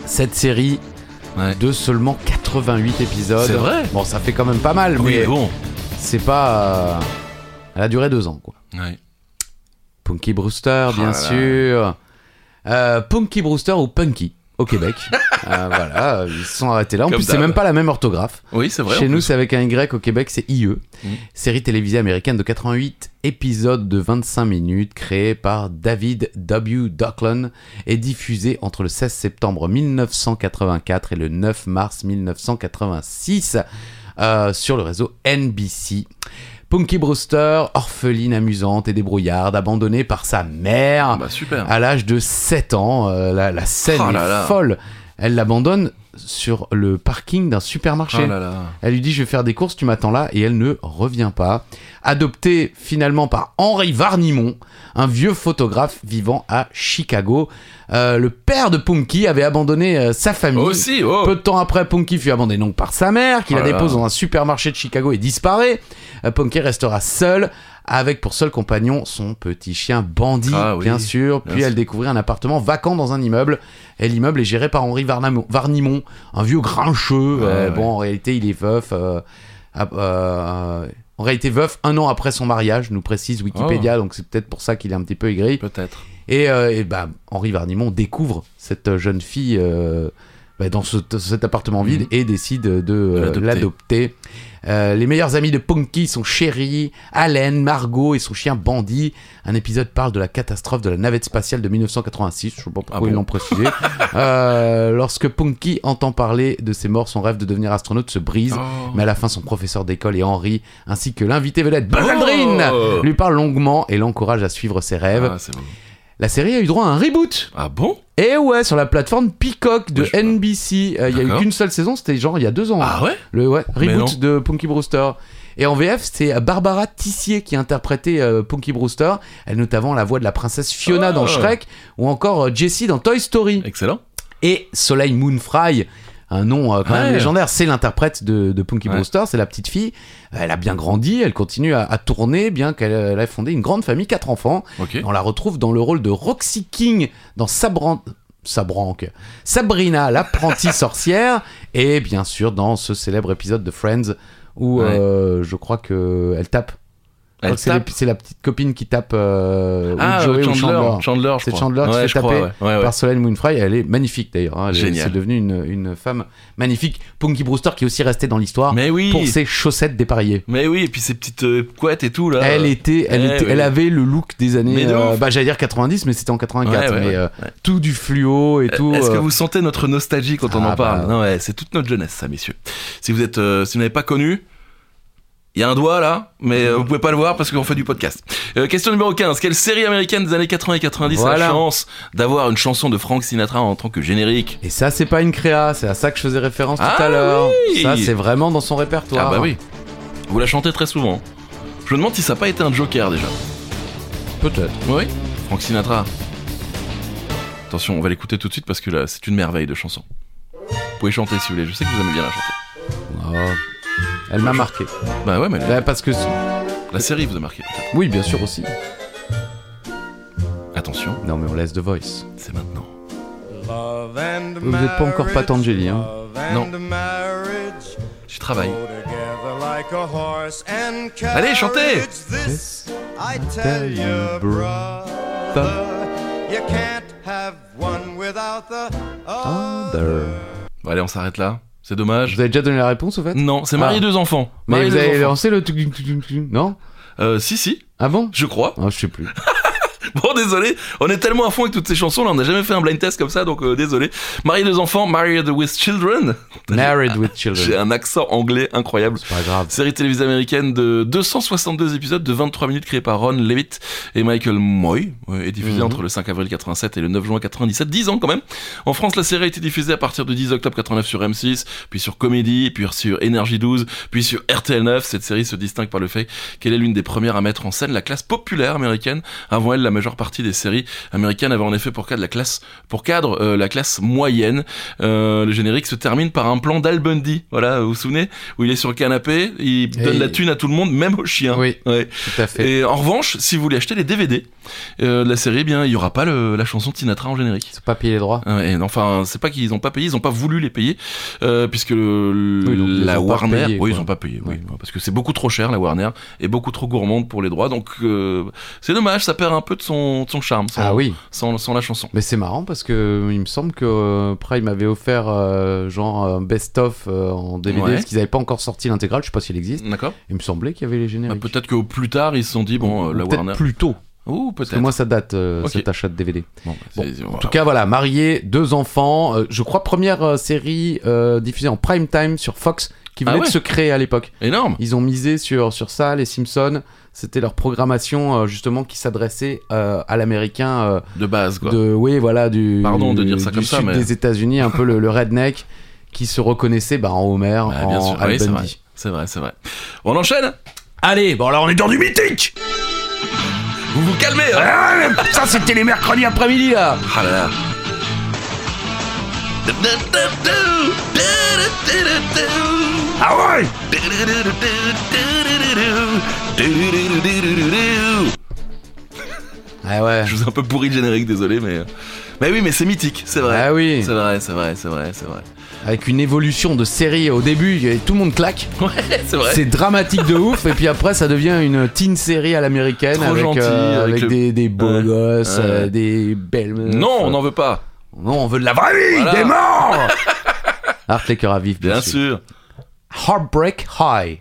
Cette série Ouais. de seulement 88 épisodes. C'est vrai Bon, ça fait quand même pas mal, Oui, mais bon. c'est pas. euh, Elle a duré deux ans, quoi. Ouais. Punky Brewster, bien Oh là là. sûr. Euh, Punky Brewster ou Punky au Québec. Euh, voilà, euh, ils se sont arrêtés là. En Comme plus, c'est d'hab. même pas la même orthographe. Oui, c'est vrai. Mm. Chez nous, c'est avec un Y. Au Québec, c'est IE. Série télévisée américaine de 88 épisodes de 25 minutes créée par David W. Dockland et diffusée entre le 16 septembre 1984 et le 9 mars 1986 euh, sur le réseau NBC. Punky Brewster, orpheline amusante et débrouillarde, abandonnée par sa mère. Ah bah super. À l'âge de 7 ans, euh, la, la scène Oh là est là. folle. Elle l'abandonne sur le parking d'un supermarché. Oh là là. Elle lui dit je vais faire des courses, tu m'attends là, et elle ne revient pas. Adoptée finalement par Henri Varnimont, un vieux photographe vivant à Chicago. Euh, le père de Punky avait abandonné euh, sa famille. Aussi, oh. Peu de temps après, Punky fut abandonné donc par sa mère, qui Oh la là dépose là. dans un supermarché de Chicago et disparaît. Euh, Punky restera seule, avec pour seul compagnon son petit chien Bandit, Ah oui, bien sûr. Puis bien elle sûr. découvrit un appartement vacant dans un immeuble. Et l'immeuble est géré par Henri Varnamo- Varnimont, un vieux grincheux. Ouais, Euh, ouais. Bon, en réalité, il est veuf. euh, ah, euh, en réalité, veuf un an après son mariage, nous précise Wikipédia, Oh. donc c'est peut-être pour ça qu'il est un petit peu aigri. Peut-être. Et, euh, et bah, Henri Varnimont découvre cette jeune fille euh, bah, dans ce- cet appartement vide Mhm. et décide de, euh, l'adopter. l'adopter. Euh, les meilleurs amis de Punky sont Sherry, Allen, Margot et son chien Bandit. Un épisode parle de la catastrophe de la navette spatiale de 1986. Je sais pas pourquoi Ah bon ils l'ont précisé. Euh, lorsque Punky entend parler de ses morts, son rêve de devenir astronaute se brise. Oh. Mais à la fin, son professeur d'école et Henri, ainsi que l'invité vedette Buzz Aldrin, Oh lui parle longuement et l'encourage à suivre ses rêves. Ah, c'est beau. la série a eu droit à un reboot. Ah bon Et ouais, sur la plateforme Peacock de Ouais, je vois. NBC. Euh, Il y a eu D'accord. qu'une seule saison, c'était genre il y a deux ans. Ah ouais Le ouais, Mais reboot de Punky Brewster. Et en VF, c'est Barbara Tissier qui interprétait euh, Punky Brewster. Elle notamment la voix de la princesse Fiona Ah. dans Shrek ou encore euh, Jessie dans Toy Story. Excellent. Et Soleil Moonfry, un nom euh, quand même Ouais. légendaire, c'est l'interprète de, de Punky Ouais. Brewster, c'est la petite fille. Elle a bien grandi, elle continue à, à tourner, bien qu'elle euh, elle a fondé une grande famille, quatre enfants. Ok. On la retrouve dans le rôle de Roxy King dans Sabran... Sabranque. Sabrina, l'apprentie sorcière, et bien sûr dans ce célèbre épisode de Friends où Ouais. euh, je crois que elle tape. Je crois Elle que c'est la- tape. C'est la petite copine qui tape euh, ou Ah, Joey ou Chandler. Chandler, Chandler. je C'est crois. Chandler qui ouais, se fait je crois, taper ouais. Ouais, ouais. Par Solène Moonfry, elle est magnifique d'ailleurs. hein. Elle est- Génial. C'est devenu une, une femme magnifique. Punky Brewster qui est aussi restée dans l'histoire Mais oui. pour ses chaussettes dépareillées. Mais oui, et puis ces petites euh, couettes et tout là. Elle était, elle, eh était- oui. elle avait le look des années, Mais de euh, ouf. bah j'allais dire 90, mais c'était en 84, Ouais, ouais, mais ouais, euh, ouais. tout du fluo et tout. Est-ce que euh, vous sentez notre nostalgie quand on Ah, en parle bah. Non, ouais, c'est toute notre jeunesse, ça, messieurs. Si vous êtes, euh, si vous n'avez pas connu, il y a un doigt là, mais euh, vous pouvez pas le voir parce qu'on fait du podcast. Euh, question numéro 15. Quelle série américaine des années 80 et 90 a Voilà. la chance d'avoir une chanson de Frank Sinatra en tant que générique Et ça, c'est pas une créa, c'est à ça que je faisais référence tout Ah à l'heure. oui Ça, c'est vraiment dans son répertoire. Ah bah oui. Vous la chantez très souvent. hein. Je me demande si ça n'a pas été un Joker déjà. peut-être. Oui. Frank Sinatra. Attention, on va l'écouter tout de suite parce que là, c'est une merveille de chanson. Vous pouvez chanter si vous voulez. Je sais que vous aimez bien la chanter. Oh. Elle m'a marqué. Bah ouais, mais la, Bah, parce que la série vous a marqué. oui, bien sûr aussi. Attention, Non mais on laisse The Voice. c'est maintenant. Vous êtes pas encore Patangeli, hein Non. Je travaille. Allez, chantez This I tell you, brother, you can't have one without the Ah, other. Bon, allez, on s'arrête là. C'est dommage. Vous avez déjà donné la réponse au fait Non, c'est marié Ah. deux enfants. Mais Marié vous deux avez enfants. lancé le tuc, tuc, tuc, tuc, non Euh, si, si, Ah bon je crois. Ah, je sais plus. Bon, désolé, on est tellement à fond avec toutes ces chansons là, on n'a jamais fait un blind test comme ça, donc euh, désolé. Marié deux enfants, Married with Children. Married with J'ai Children. un accent anglais incroyable. C'est pas grave. Série télévisée américaine de 262 épisodes de 23 minutes créée par Ron Levitt et Michael Moy ouais, et diffusée Mhm. entre le 5 avril 87 et le 9 juin 97, 10 ans quand même. En France, la série a été diffusée à partir du 10 octobre 89 sur M6, puis sur Comédie, puis sur Énergie 12, puis sur RTL9. Cette série se distingue par le fait qu'elle est l'une des premières à mettre en scène la classe populaire américaine. Avant elle, la majeure partie des séries américaines avaient en effet pour cadre la classe, pour cadre, euh, la classe moyenne. Euh, le générique se termine par un plan d'Al Bundy. Voilà, vous vous souvenez où il est sur le canapé, il donne Et- la thune à tout le monde, même aux chiens. Oui. Ouais. Tout à fait. Et en revanche, si vous voulez acheter les DVD euh, de la série, eh bien il y aura pas le- la chanson de Sinatra en générique. Ils ont pas payé les droits. Ah ouais, enfin, c'est pas qu'ils n'ont pas payé, ils n'ont pas voulu les payer, euh, puisque le- Oui, donc, ils la ont pas Warner, payé, oui, ils quoi. n'ont pas payé, oui, Ouais. parce que c'est beaucoup trop cher la Warner et beaucoup trop gourmande pour les droits, donc euh, c'est dommage, ça perd un peu de son, de son charme sans, Ah oui. sans, sans la chanson. Mais c'est marrant parce que il me semble que euh, Prime avait offert euh, genre un best-of euh, en DVD Ouais. parce qu'ils n'avaient pas encore sorti l'intégrale. Je sais pas s'il existe. D'accord. Il me semblait qu'il y avait les Ah, génériques. peut-être que plus tard ils se sont dit bon, euh, la Ou Warner. Peut-être plus tôt. Ouh, Parce que peut-être. moi, ça date euh, Ok. Ah cet achat de DVD. Bon, Bon, c'est- En voilà. tout cas, voilà, marié, deux enfants. euh, je crois première euh, série euh, diffusée en prime time sur Fox qui Ah venait ouais. de se créer à l'époque. énorme. Ils ont misé sur, sur ça, les Simpsons. C'était leur programmation euh, justement qui s'adressait euh, à l'américain euh, De base, quoi. de, oui, voilà, du, Pardon de dire ça du comme sud ça, mais- des États-Unis, un peu le, le redneck qui se reconnaissait bah, en Homer, Ah, bien en sûr. Al Oui, c'est vrai. Bundy. C'est vrai, c'est vrai. On enchaîne Allez, bon alors on est dans du mythique Vous vous calmez hein Ah, Ça c'était les mercredis après-midi là Ah là là. Ah ouais Ah ouais. Je vous ai un peu pourri le générique, désolé, mais. euh, Mais oui, mais c'est mythique, c'est vrai. Ah oui, C'est vrai, c'est vrai, c'est vrai, c'est vrai. avec une évolution de série au début, il y avait- tout le monde claque. Ouais, c'est vrai. C'est dramatique de ouf, et puis après ça devient une teen série à l'américaine Trop avec, euh, gentil, avec avec le- des, des beaux Ouais. gosses, Ouais. euh, des belles. meufs. euh. Non, on n'en veut pas. Non, on veut de la vraie. Vraie vie Voilà. des morts Art les cœurs à vif, bien, Bien sûr. sûr. Heartbreak High,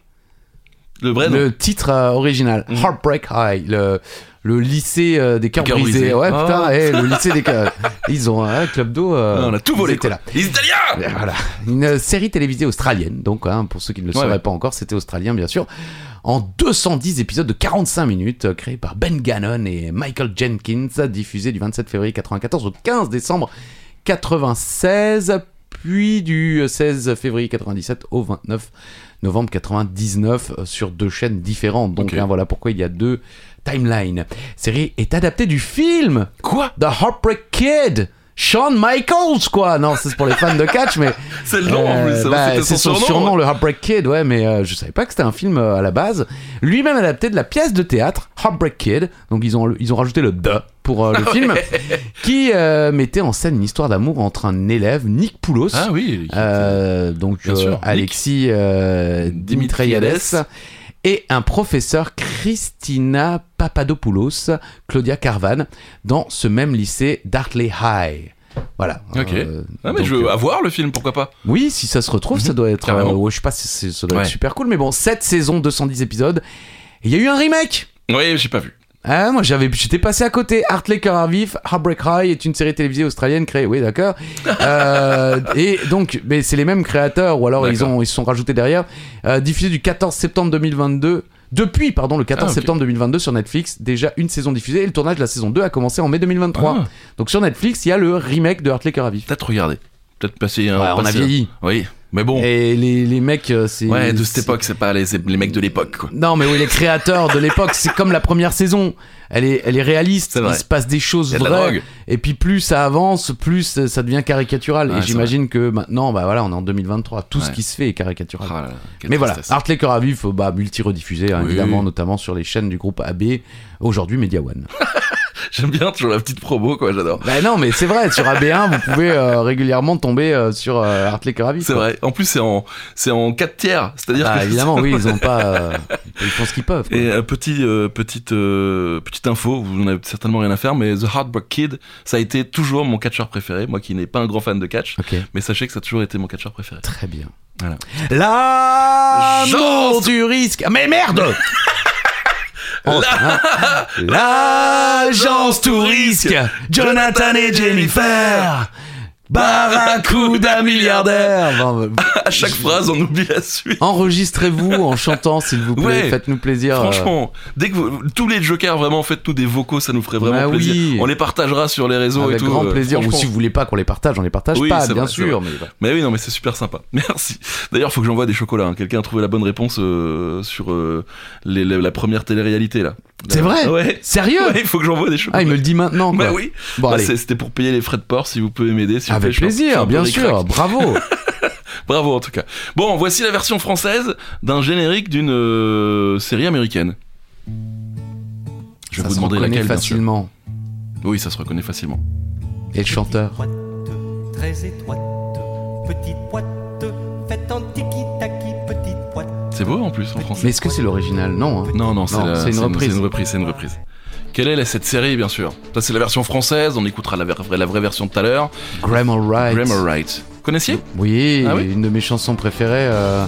Le vrai Mm. nom. le titre euh, original. Heartbreak High, le, le lycée euh, des cœurs Cœurs brisés. brisés. Ouais, Ah. putain, eh, le lycée des cœurs. Ils ont un club d'eau. euh, Ah, on a tout ils volé. étaient quoi. là. Les Italiens Euh, Voilà. Une euh, série télévisée australienne, donc hein, pour ceux qui ne le Ouais, sauraient ouais. pas encore, c'était australien bien sûr. En 210 épisodes de 45 minutes, euh, créés par Ben Gannon et Michael Jenkins, diffusé du 27 février 94 au 15 décembre 96, puis du euh, 16 février 97 au 29 novembre 99 euh, sur deux chaînes différentes. Donc Ok. hein, voilà pourquoi il y a deux timelines. Série est adaptée du film Quoi The Heartbreak Kid Shawn Michaels, quoi Non, ça, c'est pour les fans de catch, mais... C'est le nom en Euh, plus, ça, bah, c'était c'est son son surnom. hein. surnom, le Heartbreak Kid, ouais, mais euh, je savais pas que c'était un film euh, à la base. Lui-même adapté de la pièce de théâtre Heartbreak Kid, donc ils ont, ils ont rajouté le de pour euh, le Ah film, qui euh, mettait en scène une histoire d'amour entre un élève, Nick Poulos, Ah oui. euh, donc Bien euh, sûr, Nick. Alexis euh, Dimitriades. Dimitriades, et un professeur Christina Papadopoulos, Claudia Carvan, dans ce même lycée d'Hartley High. Voilà. Ok. Euh, Ah, mais donc, je euh, veux avoir le film, pourquoi pas oui, si ça se retrouve, ça doit être. Mhm. Carrément. euh, ouais, je sais pas, si c'est- ça doit Ouais. être super cool. Mais bon, 7 saisons, 210 épisodes. Et Il y a eu un remake Oui, j'ai pas vu. ah, moi j'avais, j'étais passé à côté. Hartley Cœur à vif, Heartbreak High est une série télévisée australienne créée, oui d'accord. Euh, et donc, mais c'est les mêmes créateurs ou alors ils D'accord. ont, ils se sont rajoutés derrière. Euh, diffusée du 14 septembre 2022. Depuis, pardon, le 14 Ah, ok. septembre 2022 sur Netflix, déjà une saison diffusée et le tournage de la saison 2 a commencé en mai 2023. Ah. Donc sur Netflix, il y a le remake de Hartley Cœur à vif. Peut-être regarder. Peut-être passer un. Ouais, on a passer- vieilli. Oui, mais bon. Et les, les mecs, euh, c'est. Ouais, de cette c'est- époque, c'est pas les, les mecs de l'époque, quoi. Non, mais oui, les créateurs de l'époque, c'est comme la première saison. Elle est, elle est réaliste. C'est vrai. Il se passe des choses Y a de la drogue. vraies. Et puis plus ça avance, plus euh, ça devient caricatural. Ouais, et c'est j'imagine que maintenant, bah voilà, on est en 2023. Tout ce Ouais. qui se fait est caricatural. Ah là là, quelle mais voilà, tristesse. Art Les Cœurs à Vif, euh, bah, multi-rediffusé, hein, Oui. évidemment, notamment sur les chaînes du groupe AB, aujourd'hui Media One. J'aime bien toujours la petite promo, quoi, j'adore. bah non, mais c'est vrai, sur AB1, vous pouvez euh, régulièrement tomber euh, sur euh, Art Les Cœurs à Vif. C'est quoi. vrai. En plus, c'est en, c'est en 4 tiers. C'est-à-dire Bah, que. évidemment, oui, ils ont pas. euh, ils font ce qu'ils peuvent. quoi. Et euh, petit, euh, petite, euh, petite info, vous n'avez certainement rien à faire, mais The Heartbreak Kid, ça a été toujours mon catcheur préféré. Moi qui n'ai pas un grand fan de catch, Ok. mais sachez que ça a toujours été mon catcheur préféré. Très bien. Voilà. L'amour Jante du risque. Mais merde Enfin, L'agence tout risque. Jonathan et Jennifer. Barracuda milliardaire. Bon, bah, À chaque phrase, on oublie la suite. Enregistrez-vous en chantant, s'il vous plaît. Ouais. Faites-nous plaisir. euh, Franchement, dès que vous- tous les jokers, vraiment, faites-nous des vocaux, ça nous ferait vraiment Bah oui. plaisir. On les partagera sur les euh, réseaux avec et tout. grand euh, plaisir. Ou franchement. si vous voulez pas qu'on les partage, on les partage Oui, pas, c'est bien vrai, c'est sûr. Mais voilà. Mais oui, non, mais c'est super sympa. Merci. D'ailleurs, faut que j'envoie des chocolats. hein. Quelqu'un a trouvé la bonne réponse euh, sur euh, les- la, la première télé-réalité, là. C'est Là. vrai Ouais. Sérieux Ouais, il faut que j'envoie des chocolats. Ah, il me le dit maintenant. Bah quoi. oui. Bon, Bah, allez. c'est- C'était pour payer les frais de port, si vous pouvez m'aider. s'il vous plaît, Avec je suis un- je suis plaisir, un peu bien ric-rac. sûr. Bravo. Bravo en tout cas. Bon, voici la version française d'un générique d'une euh, série américaine. Je vais Ça vous se demander reconnaît laquelle, bien sûr. facilement. Oui, ça se reconnaît facilement. Et le chanteur. Étroite, très étroite, petite boîte, faites en tiki-taki, petite boîte. C'est beau en plus en français. Mais est-ce que c'est l'original Non. hein. Non, non, c'est Non, la- c'est une reprise. C'est une reprise, c'est une reprise. Quelle est la- cette série, bien sûr Ça, c'est la version française. On écoutera la, ver- la vraie version tout à l'heure. Graham Wright. Grammar Right. Connaissiez Oui, Ah oui une de mes chansons préférées. euh,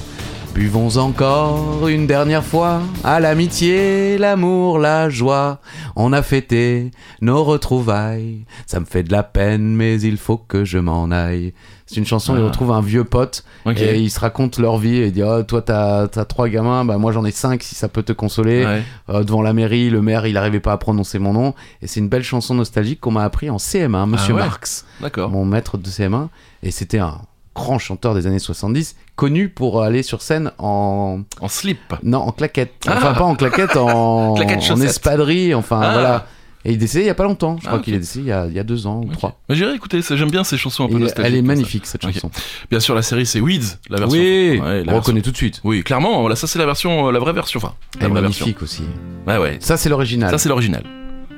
Buvons encore une dernière fois à l'amitié, l'amour, la joie. On a fêté nos retrouvailles. Ça me fait de la peine, mais il faut que je m'en aille. C'est une chanson où Ah. il retrouve un vieux pote Ok. et ils se racontent leur vie et ils disent oh, Toi, t'as t'as trois gamins, bah, moi j'en ai cinq si ça peut te consoler. Ouais. Euh, devant la mairie, le maire il n'arrivait pas à prononcer mon nom. Et c'est une belle chanson nostalgique qu'on m'a appris en CM1, Monsieur Ah ouais. Marx D'accord. mon maître de CM1, et c'était un grand chanteur des années 70, connu pour aller sur scène en En slip. non en claquette, Ah enfin pas en claquette, en, Claquette en chaussette. espadrille, enfin Ah. voilà. Et il est décédé il y a pas longtemps, je Ah, crois ok. qu'il est décédé il y a, il y a deux ans ou Ok. trois. Mais J'irai écouter, ça, j'aime bien ces chansons un peu Et nostalgiques. elle est comme ça. magnifique cette Ok. chanson. Bien sûr, la série c'est Weeds, la version. Oui, Ouais, la on version- reconnaît tout de suite. Oui, clairement, voilà, ça c'est la version, euh, la vraie version. Enfin, la Elle est vraie magnifique aussi. version. Ouais, ouais. Ça c'est Ça l'original. c'est l'original.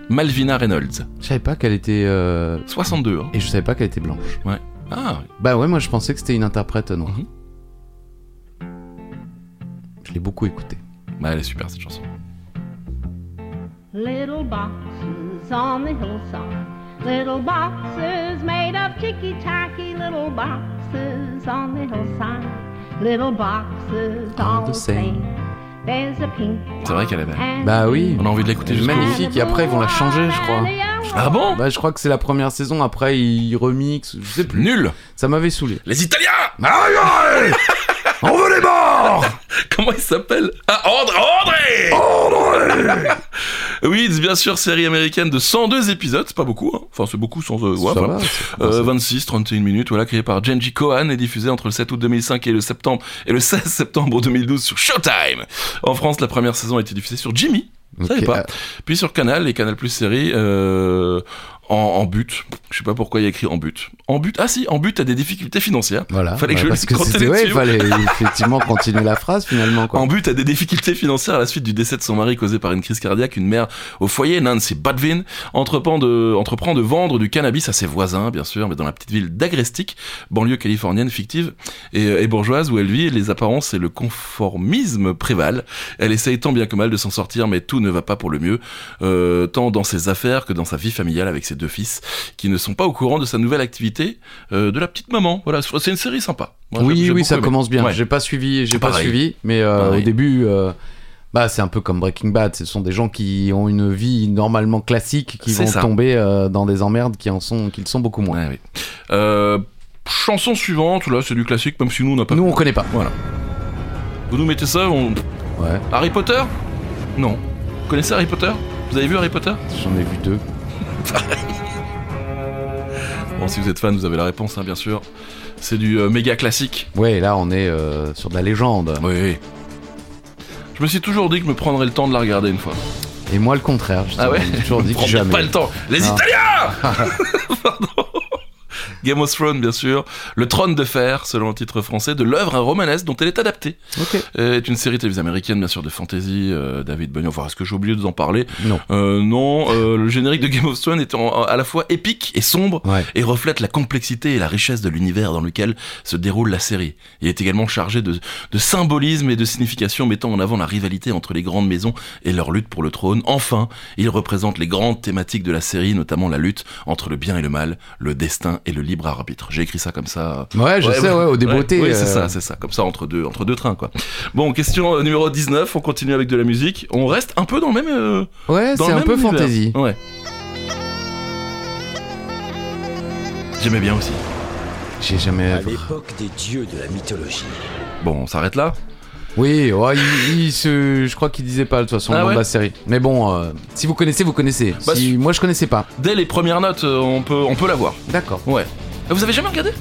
Malvina Reynolds, Je savais pas qu'elle était euh, 62. hein. et je savais pas qu'elle était blanche. Ah, Bah ouais, moi je pensais que c'était une interprète noire. Mhm. Je l'ai beaucoup écoutée. bah elle est super cette chanson. Little boxes on the hillside. Little boxes made of ticky tacky. Little boxes on the hillside. Little boxes all, the same. There's a pink C'est vrai qu'elle est belle. Bah oui. On a envie de l'écouter jusqu'au bout. Magnifique. Et après, ils vont la changer, je crois. Ah bon Bah, je crois que c'est la première saison. Après, ils remixent. Je sais plus. Nul Ça m'avait saoulé. Les Italiens Aïe, aïe On veut les morts Comment ils s'appellent Ah, André André André Oui, c'est bien sûr, série américaine de 102 épisodes, c'est pas beaucoup, hein. enfin c'est beaucoup sans... euh, ouais, Ça voilà. va, c'est- Euh, 26, 31 minutes, voilà, créé par Genji Cohan et diffusé entre le 7 août 2005 et le, septembre, et le 16 septembre 2012 sur Showtime. En France, la première saison a été diffusée sur Jimmy, je savais Ok, pas. euh. Puis sur Canal et Canal Plus Série euh, en, en but. Je sais pas pourquoi il y a écrit en but. En but, ah si, en but à des difficultés financières. Voilà. Fallait que Ouais, je parce le que continue c'était, ouais, dessus. fallait euh, effectivement continuer la phrase finalement, quoi. En but à des difficultés financières à la suite du décès de son mari causé par une crise cardiaque, une mère au foyer, Nancy Badvin, entreprend de, entreprend de vendre du cannabis à ses voisins, bien sûr, mais dans la petite ville d'Agrestic, banlieue californienne fictive et, euh, et bourgeoise où elle vit, les apparences et le conformisme prévalent. Elle essaye tant bien que mal de s'en sortir, mais tout ne va pas pour le mieux, euh, tant dans ses affaires que dans sa vie familiale avec ses deux fils, qui ne sont pas au courant de sa nouvelle activité euh, de la petite maman. Voilà, c'est une série sympa. Moi, j'ai- oui, j'ai oui, beaucoup ça aimé. commence bien. Ouais. J'ai pas suivi, j'ai C'est pas pareil. suivi, mais euh, Pareil. au début, euh, bah c'est un peu comme Breaking Bad. Ce sont des gens qui ont une vie normalement classique, qui C'est vont ça. tomber euh, dans des emmerdes qui en sont, qui le sont beaucoup moins. Ouais, oui. Euh, chanson suivante, là c'est du classique, même si nous on n'a pas. Nous, on connaît pas. Voilà. Vous nous mettez ça, on. Ouais, Harry Potter Non. Vous connaissez Harry Potter Vous avez vu Harry Potter j'en ai vu deux. Bon, si vous êtes fan, vous avez la réponse, hein, bien sûr. C'est du euh, méga classique. Ouais, là, on est euh, sur de la légende. Oui, oui. Je me suis toujours dit que je me prendrais le temps de la regarder une fois. Et moi, le contraire. Je Ah ouais t'ai toujours dit que Prends jamais. pas le temps. Les Ah. Italiens Pardon. Game of Thrones, bien sûr. Le Trône de Fer, selon le titre français, de l'œuvre romanesque dont elle est adaptée. Ok. Euh, est une série télévisée américaine, bien sûr, de fantasy. euh, David Benioff. Enfin, est-ce que j'ai oublié de vous en parler Non. Euh, non. euh, le générique de Game of Thrones est en- à la fois épique et sombre Ouais. et reflète la complexité et la richesse de l'univers dans lequel se déroule la série. Il est également chargé de, de symbolisme et de signification, mettant en avant la rivalité entre les grandes maisons et leur lutte pour le trône. Enfin, il représente les grandes thématiques de la série, notamment la lutte entre le bien et le mal, le destin et le libre arbitre. J'ai écrit ça comme ça. Ouais, je Ouais, sais, ouais. ouais, au débeauté. Oui, c'est euh, ça, c'est ça. Comme ça, entre deux, entre deux trains, quoi. Bon, question euh, numéro 19, on continue avec de la musique. On reste un peu dans le même. euh, Ouais, dans c'est le un même peu univers. fantasy. Ouais. J'aimais bien aussi. J'ai jamais. À l'époque des dieux de la mythologie, Bon, on s'arrête là. Oui, ouais, il, il se- je crois qu'il disait pas de toute façon Ah le nom ouais de la série. Mais bon, euh, si vous connaissez, vous connaissez. Bah, si, moi, je connaissais pas. Dès les premières notes, euh, on peut, on peut la voir. D'accord. Ouais. Ah, Vous avez jamais regardé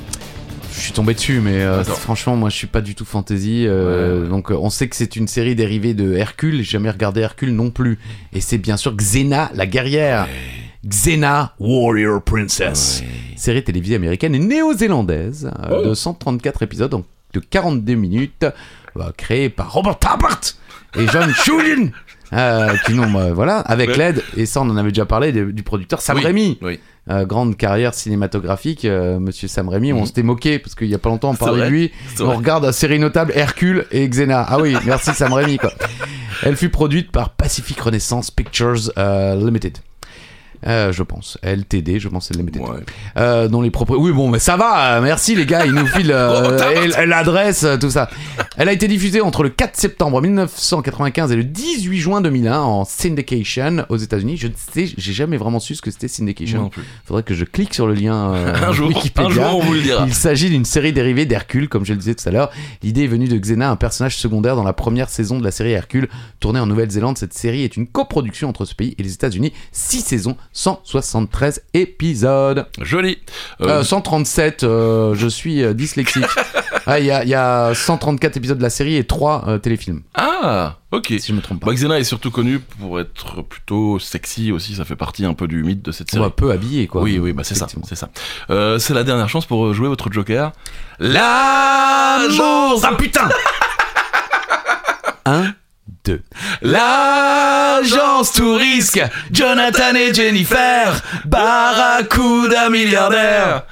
Je suis tombé dessus, mais euh, D'accord. franchement, moi, je suis pas du tout fantasy. euh, Donc, euh, on sait que c'est une série dérivée de Hercule. J'ai jamais regardé Hercule non plus. Et c'est bien sûr Xena, la guerrière. Xena, Warrior Princess. Série télévisée américaine et néo-zélandaise euh, Oh. de 134 épisodes donc de 42 minutes, euh, créée par Robert Tappert et John Shulin. euh, qui non, bah, voilà, avec Ouais. l'aide, et ça on en avait déjà parlé, de- du producteur Sam Oui. Raimi. Oui. Euh, grande carrière cinématographique, euh, monsieur Sam Raimi. On Mhm. s'était moqué parce qu'il y a pas longtemps on C'est parlait de vrai. lui. C'est On vrai. regarde la série notable Hercule et Xena. Ah oui, merci Sam Raimi quoi. Elle fut produite par Pacific Renaissance Pictures euh, Limited. Euh, je pense. LTD, je pense c'est Limited. Ouais. Euh, dont les propres. Oui, bon, mais ça va, euh, merci les gars, ils nous filent Oh, euh, et- et l'adresse, euh, tout ça. Elle a été diffusée entre le 4 septembre 1995 et le 18 juin 2001 en syndication aux États-Unis. Je ne sais, j'ai jamais vraiment su ce que c'était syndication. Non plus. Faudrait que je clique sur le lien euh, Un jour, Wikipédia. un jour, on vous le dira. Il s'agit d'une série dérivée d'Hercule, comme je le disais tout à l'heure. L'idée est venue de Xena, un personnage secondaire dans la première saison de la série Hercule. Tournée en Nouvelle-Zélande, cette série est une coproduction entre ce pays et les États-Unis. 6 saisons, 173 épisodes. Joli. Euh, Euh, 137, euh, je suis euh, dyslexique. Ah, Il y, a- il y a 134 épisodes de la série et 3 téléfilms, ah, ok. si je me trompe pas. Bah, Xena est surtout connue pour être plutôt sexy aussi, ça fait partie un peu du mythe de cette On série. va peu habillé, quoi. Oui, oui, bah c'est ça, Effectivement. c'est ça. Euh, c'est la dernière chance pour jouer votre Joker. L'agence Ah putain Un, deux. L'agence tout risque Jonathan et Jennifer Barracuda milliardaire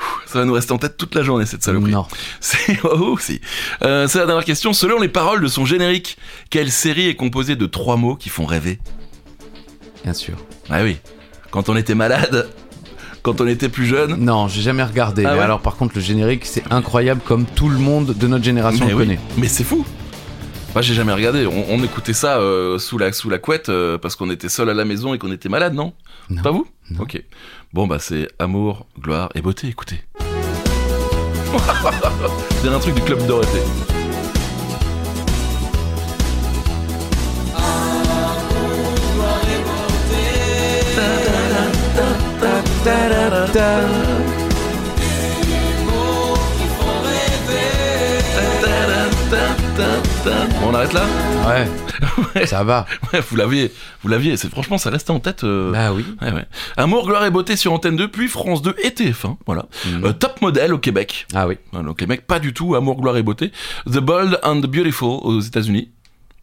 Ouh, Ça va nous rester en tête toute la journée cette saloperie. Non. C'est oh, si. Euh, c'est la dernière question. Selon les paroles de son générique, quelle série est composée de trois mots qui font rêver Bien sûr. Ah oui. Quand on était malade, quand on était plus jeune. Non, j'ai jamais regardé. Ah mais ouais alors, par contre, Ah, le générique, c'est incroyable comme tout le monde de notre génération mais le oui. connaît. Mais c'est fou. Bah, j'ai jamais regardé. On, on écoutait ça euh, sous, la, sous la couette euh, parce qu'on était seul à la maison et qu'on était malade, non, Pas vous Ok. Bon, bah, c'est amour, gloire et beauté, écoutez. c'est un truc du Club Dorothée. Bon, on arrête là Ouais. ça va. Ouais, vous l'aviez, vous l'aviez. C'est franchement, ça restait en tête. euh. Bah oui. Ouais, ouais. Amour, gloire et beauté sur Antenne 2, puis France 2 et TF1. Voilà. Euh, top modèle au Québec. Ah oui. Voilà, au Québec, pas du tout. Amour, gloire et beauté. The Bold and the Beautiful aux États-Unis.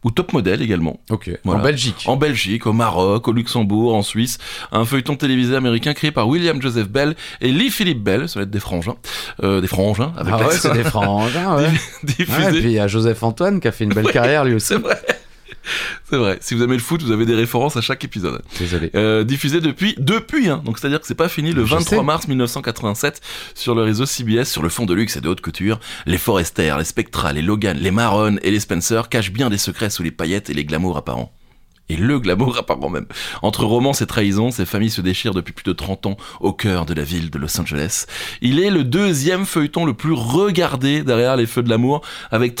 Ou top modèle également. Ok. Voilà. En Belgique. En Belgique, au Maroc, au Luxembourg, en Suisse. Un feuilleton télévisé américain créé par William Joseph Bell et Lee Philippe Bell. Ça va être des frangins. Euh, des frangins avec Ah ouais, l'accent. c'est des frangins, ouais. Diffusé. Ouais, et puis il y a Joseph Antoine qui a fait une belle carrière lui aussi. C'est vrai. C'est vrai. Si vous aimez le foot, vous avez des références à chaque épisode. Désolé. Euh, diffusé depuis depuis hein. donc c'est à dire que c'est pas fini le Je 23 sais. mars 1987 sur le réseau CBS sur le fond de luxe et de haute couture les Forester les Spectra les Logan les Maron et les Spencer cachent bien des secrets sous les paillettes et les glamours apparents et le glamour apparent même. Entre romance et trahison, ces familles se déchirent depuis plus de 30 ans au cœur de la ville de Los Angeles. Il est le deuxième feuilleton le plus regardé derrière les feux de l'amour, avec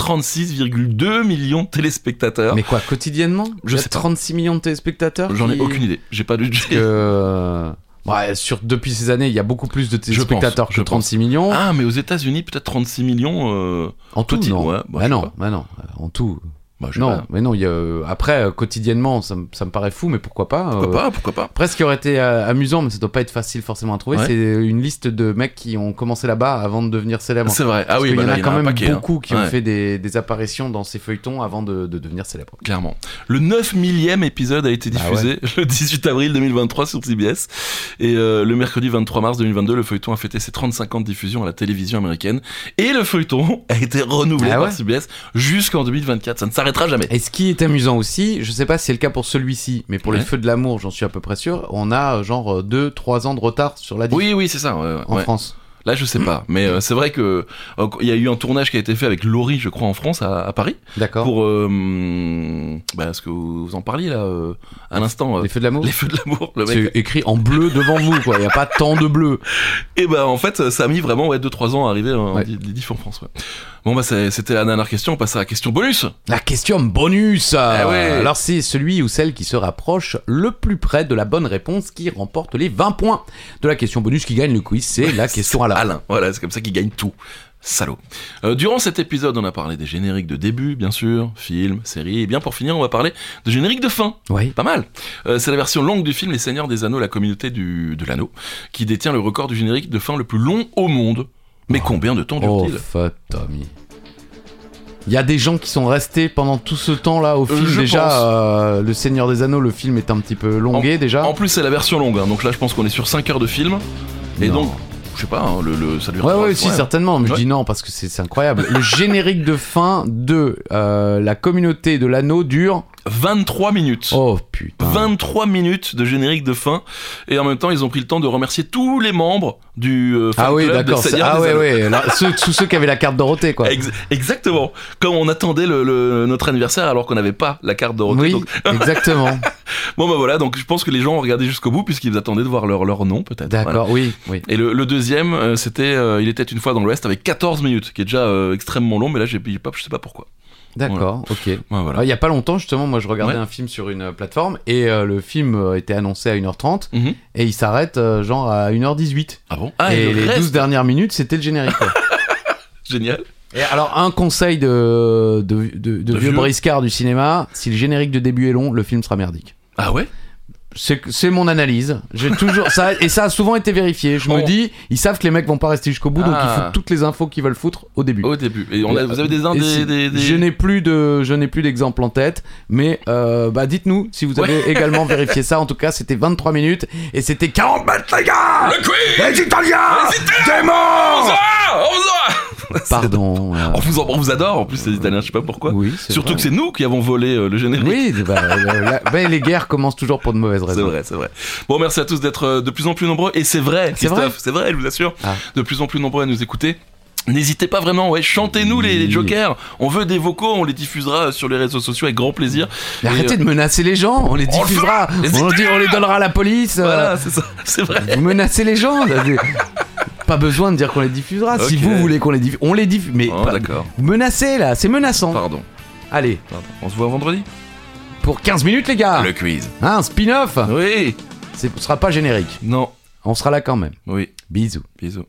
36,2 millions de téléspectateurs. Mais quoi, quotidiennement Je Il y a sais pas. 36 millions de téléspectateurs J'en ai qui- aucune idée, j'ai pas lu Parce que. euh, Ouais, sur, depuis ces années, il y a beaucoup plus de Je pense, téléspectateurs je que 36 millions. Ah, mais aux États-Unis, peut-être 36 millions. euh, en tout, petit- non. ouais, bah, je bah sais non, pas. bah non, euh, en tout. Bah, je sais Non, pas. mais non, il y a, euh, après, euh, quotidiennement, ça, me- ça me paraît fou, mais pourquoi pas Pourquoi euh, pas Pourquoi pas Après, ce qui aurait été euh, amusant, mais ça doit pas être facile forcément à trouver, Ouais. c'est euh, une liste de mecs qui ont commencé là-bas avant de devenir célèbres. C'est vrai. Ah Parce oui, qu'il bah y en là, a il y en quand a un même paquet, hein. beaucoup qui Ouais. ont fait des, des apparitions dans ces feuilletons avant de, de devenir célèbres. Clairement. Le 9 millième épisode a été Bah diffusé le 18 avril 2023 sur CBS. Et euh, le mercredi 23 mars 2022, le feuilleton a fêté ses 35 ans de diffusion à la télévision américaine. Et le feuilleton a été renouvelé Ah par ouais Ah, CBS jusqu'en 2024. Ça ne s'arrêtera jamais. Et ce qui est amusant aussi, je sais pas si c'est le cas pour celui-ci, mais pour Ouais. les feux de l'amour, j'en suis à peu près sûr, on a euh, genre 2-3 ans de retard sur la diff Oui, oui, c'est ça. ouais, ouais, en ouais. France. Là, je sais pas. Mais euh, c'est vrai que euh, il y a eu un tournage qui a été fait avec Laurie, je crois, en France, à, à Paris. D'accord. Pour euh, hum, bah, ce que vous vous en parliez là, euh, à l'instant. euh, Les feux de l'amour les feux de l'amour, le mec. C'est écrit en bleu devant vous, quoi. Il n'y a pas tant de bleu. Et bah en fait, ça a mis vraiment ouais, 2-3 ans à arriver en Ouais. di- les diff en France. ouais. Bon bah c'est- c'était la dernière question, on passe à la question bonus. La question bonus Ah ouais. Alors c'est celui ou celle qui se rapproche le plus près de la bonne réponse qui remporte les 20 points de la question bonus qui gagne le quiz. C'est la question à la Alain, voilà, c'est comme ça qu'il gagne tout. Salaud. Euh, durant cet épisode, on a parlé des génériques de début, bien sûr, films, séries, et bien pour finir, on va parler de génériques de fin. Oui. Pas mal. Euh, c'est la version longue du film Les Seigneurs des Anneaux, la communauté du, de l'anneau, qui détient le record du générique de fin le plus long au monde. Mais combien de temps Oh, dure-t-il fuck, Tommy. Il y a des gens qui sont restés pendant tout ce temps là au Euh, film. je pense. déjà, euh, Le Seigneur des Anneaux, le film est un petit peu longué déjà. En plus, c'est la version longue, hein, donc là, je pense qu'on est sur 5 heures de film. Et Non. donc, je sais pas, hein, le, le- ça dure Ouais, trois- ouais, si, certainement, mais Ouais. je dis non parce que c'est c'est incroyable. Le générique de fin de euh, La communauté de l'anneau dure. 23 minutes. Oh putain. 23 minutes de générique de fin et en même temps ils ont pris le temps de remercier tous les membres du euh, fan Ah oui, club des d'accord. c'est- Seigneurs Ah des ouais, Anneaux. ouais. là, ceux, tous ceux qui avaient la carte Dorothée, quoi. Ex- exactement comme on attendait le, le- notre anniversaire alors qu'on n'avait pas la carte de retour Oui, Donc, exactement. bon bah voilà donc je pense que les gens ont regardé jusqu'au bout puisqu'ils attendaient de voir leur, leur nom peut-être Voilà. D'accord, oui, oui. et le, le deuxième euh, c'était euh, il était une fois dans l'Ouest avec 14 minutes qui est déjà euh, extrêmement long mais là j'ai j'ai pas je sais pas pourquoi D'accord, ok. Ouais, voilà Alors, Il y a pas longtemps, justement, moi je regardais Ouais. un film sur une euh, plateforme et euh, le film euh, était annoncé à 1h30 Mhm. et il s'arrête euh, genre à 1h18. ah bon ah et, et le les reste, 12 dernières minutes, c'était le générique. quoi. génial et alors, un conseil de, de, de- de vieux vieux. briscard du cinéma si le générique de début est long, le film sera merdique. ah ouais C'est c'est mon analyse. J'ai toujours ça et ça a souvent été vérifié. Je me Oh. dis, ils savent que les mecs vont pas rester jusqu'au bout, donc Ah. ils foutent toutes les infos qu'ils veulent foutre au début. au début et on a- vous avez des, uns Et des, si- des- des- Je n'ai plus de, je n'ai plus d'exemple en tête, mais euh, bah dites-nous si vous avez également vérifié ça. En tout cas, c'était 23 minutes et c'était 40 mètres les gars. Le quiz les Italiens, On se démons. voit On se voit Pardon. euh, On vous, en- on vous adore en plus les Italiens, je sais pas pourquoi. oui, Surtout que c'est nous qui avons volé euh, le générique. Oui, bah, euh, la- bah, les guerres commencent toujours pour de mauvaises C'est raisons. vrai, c'est vrai. Bon, merci à tous d'être euh, de plus en plus nombreux. Et c'est vrai, C'est vrai Christophe, c'est vrai, je vous assure. Ah. De plus en plus nombreux à nous écouter. N'hésitez pas vraiment, ouais, chantez-nous les, les jokers. On veut des vocaux, on les diffusera euh, sur les réseaux sociaux avec grand plaisir. Mais Et, arrêtez euh, de menacer les gens, on les on le diffusera, fera, les on, dit- on les donnera à la police. euh, Voilà, c'est ça, c'est vrai. Vous menacez les gens. là, des- Pas besoin de dire qu'on les diffusera. Si Ok. Oh, vous voulez qu'on les diffuse, on les diffuse. Mais pas- d'accord. vous menacez là, c'est menaçant. Pardon. Allez, on se voit vendredi. Pour 15 minutes, les gars. Le quiz. Hein, un spin-off. Oui. Ce sera pas générique. Non. On sera là quand même. Oui. Bisous. Bisous.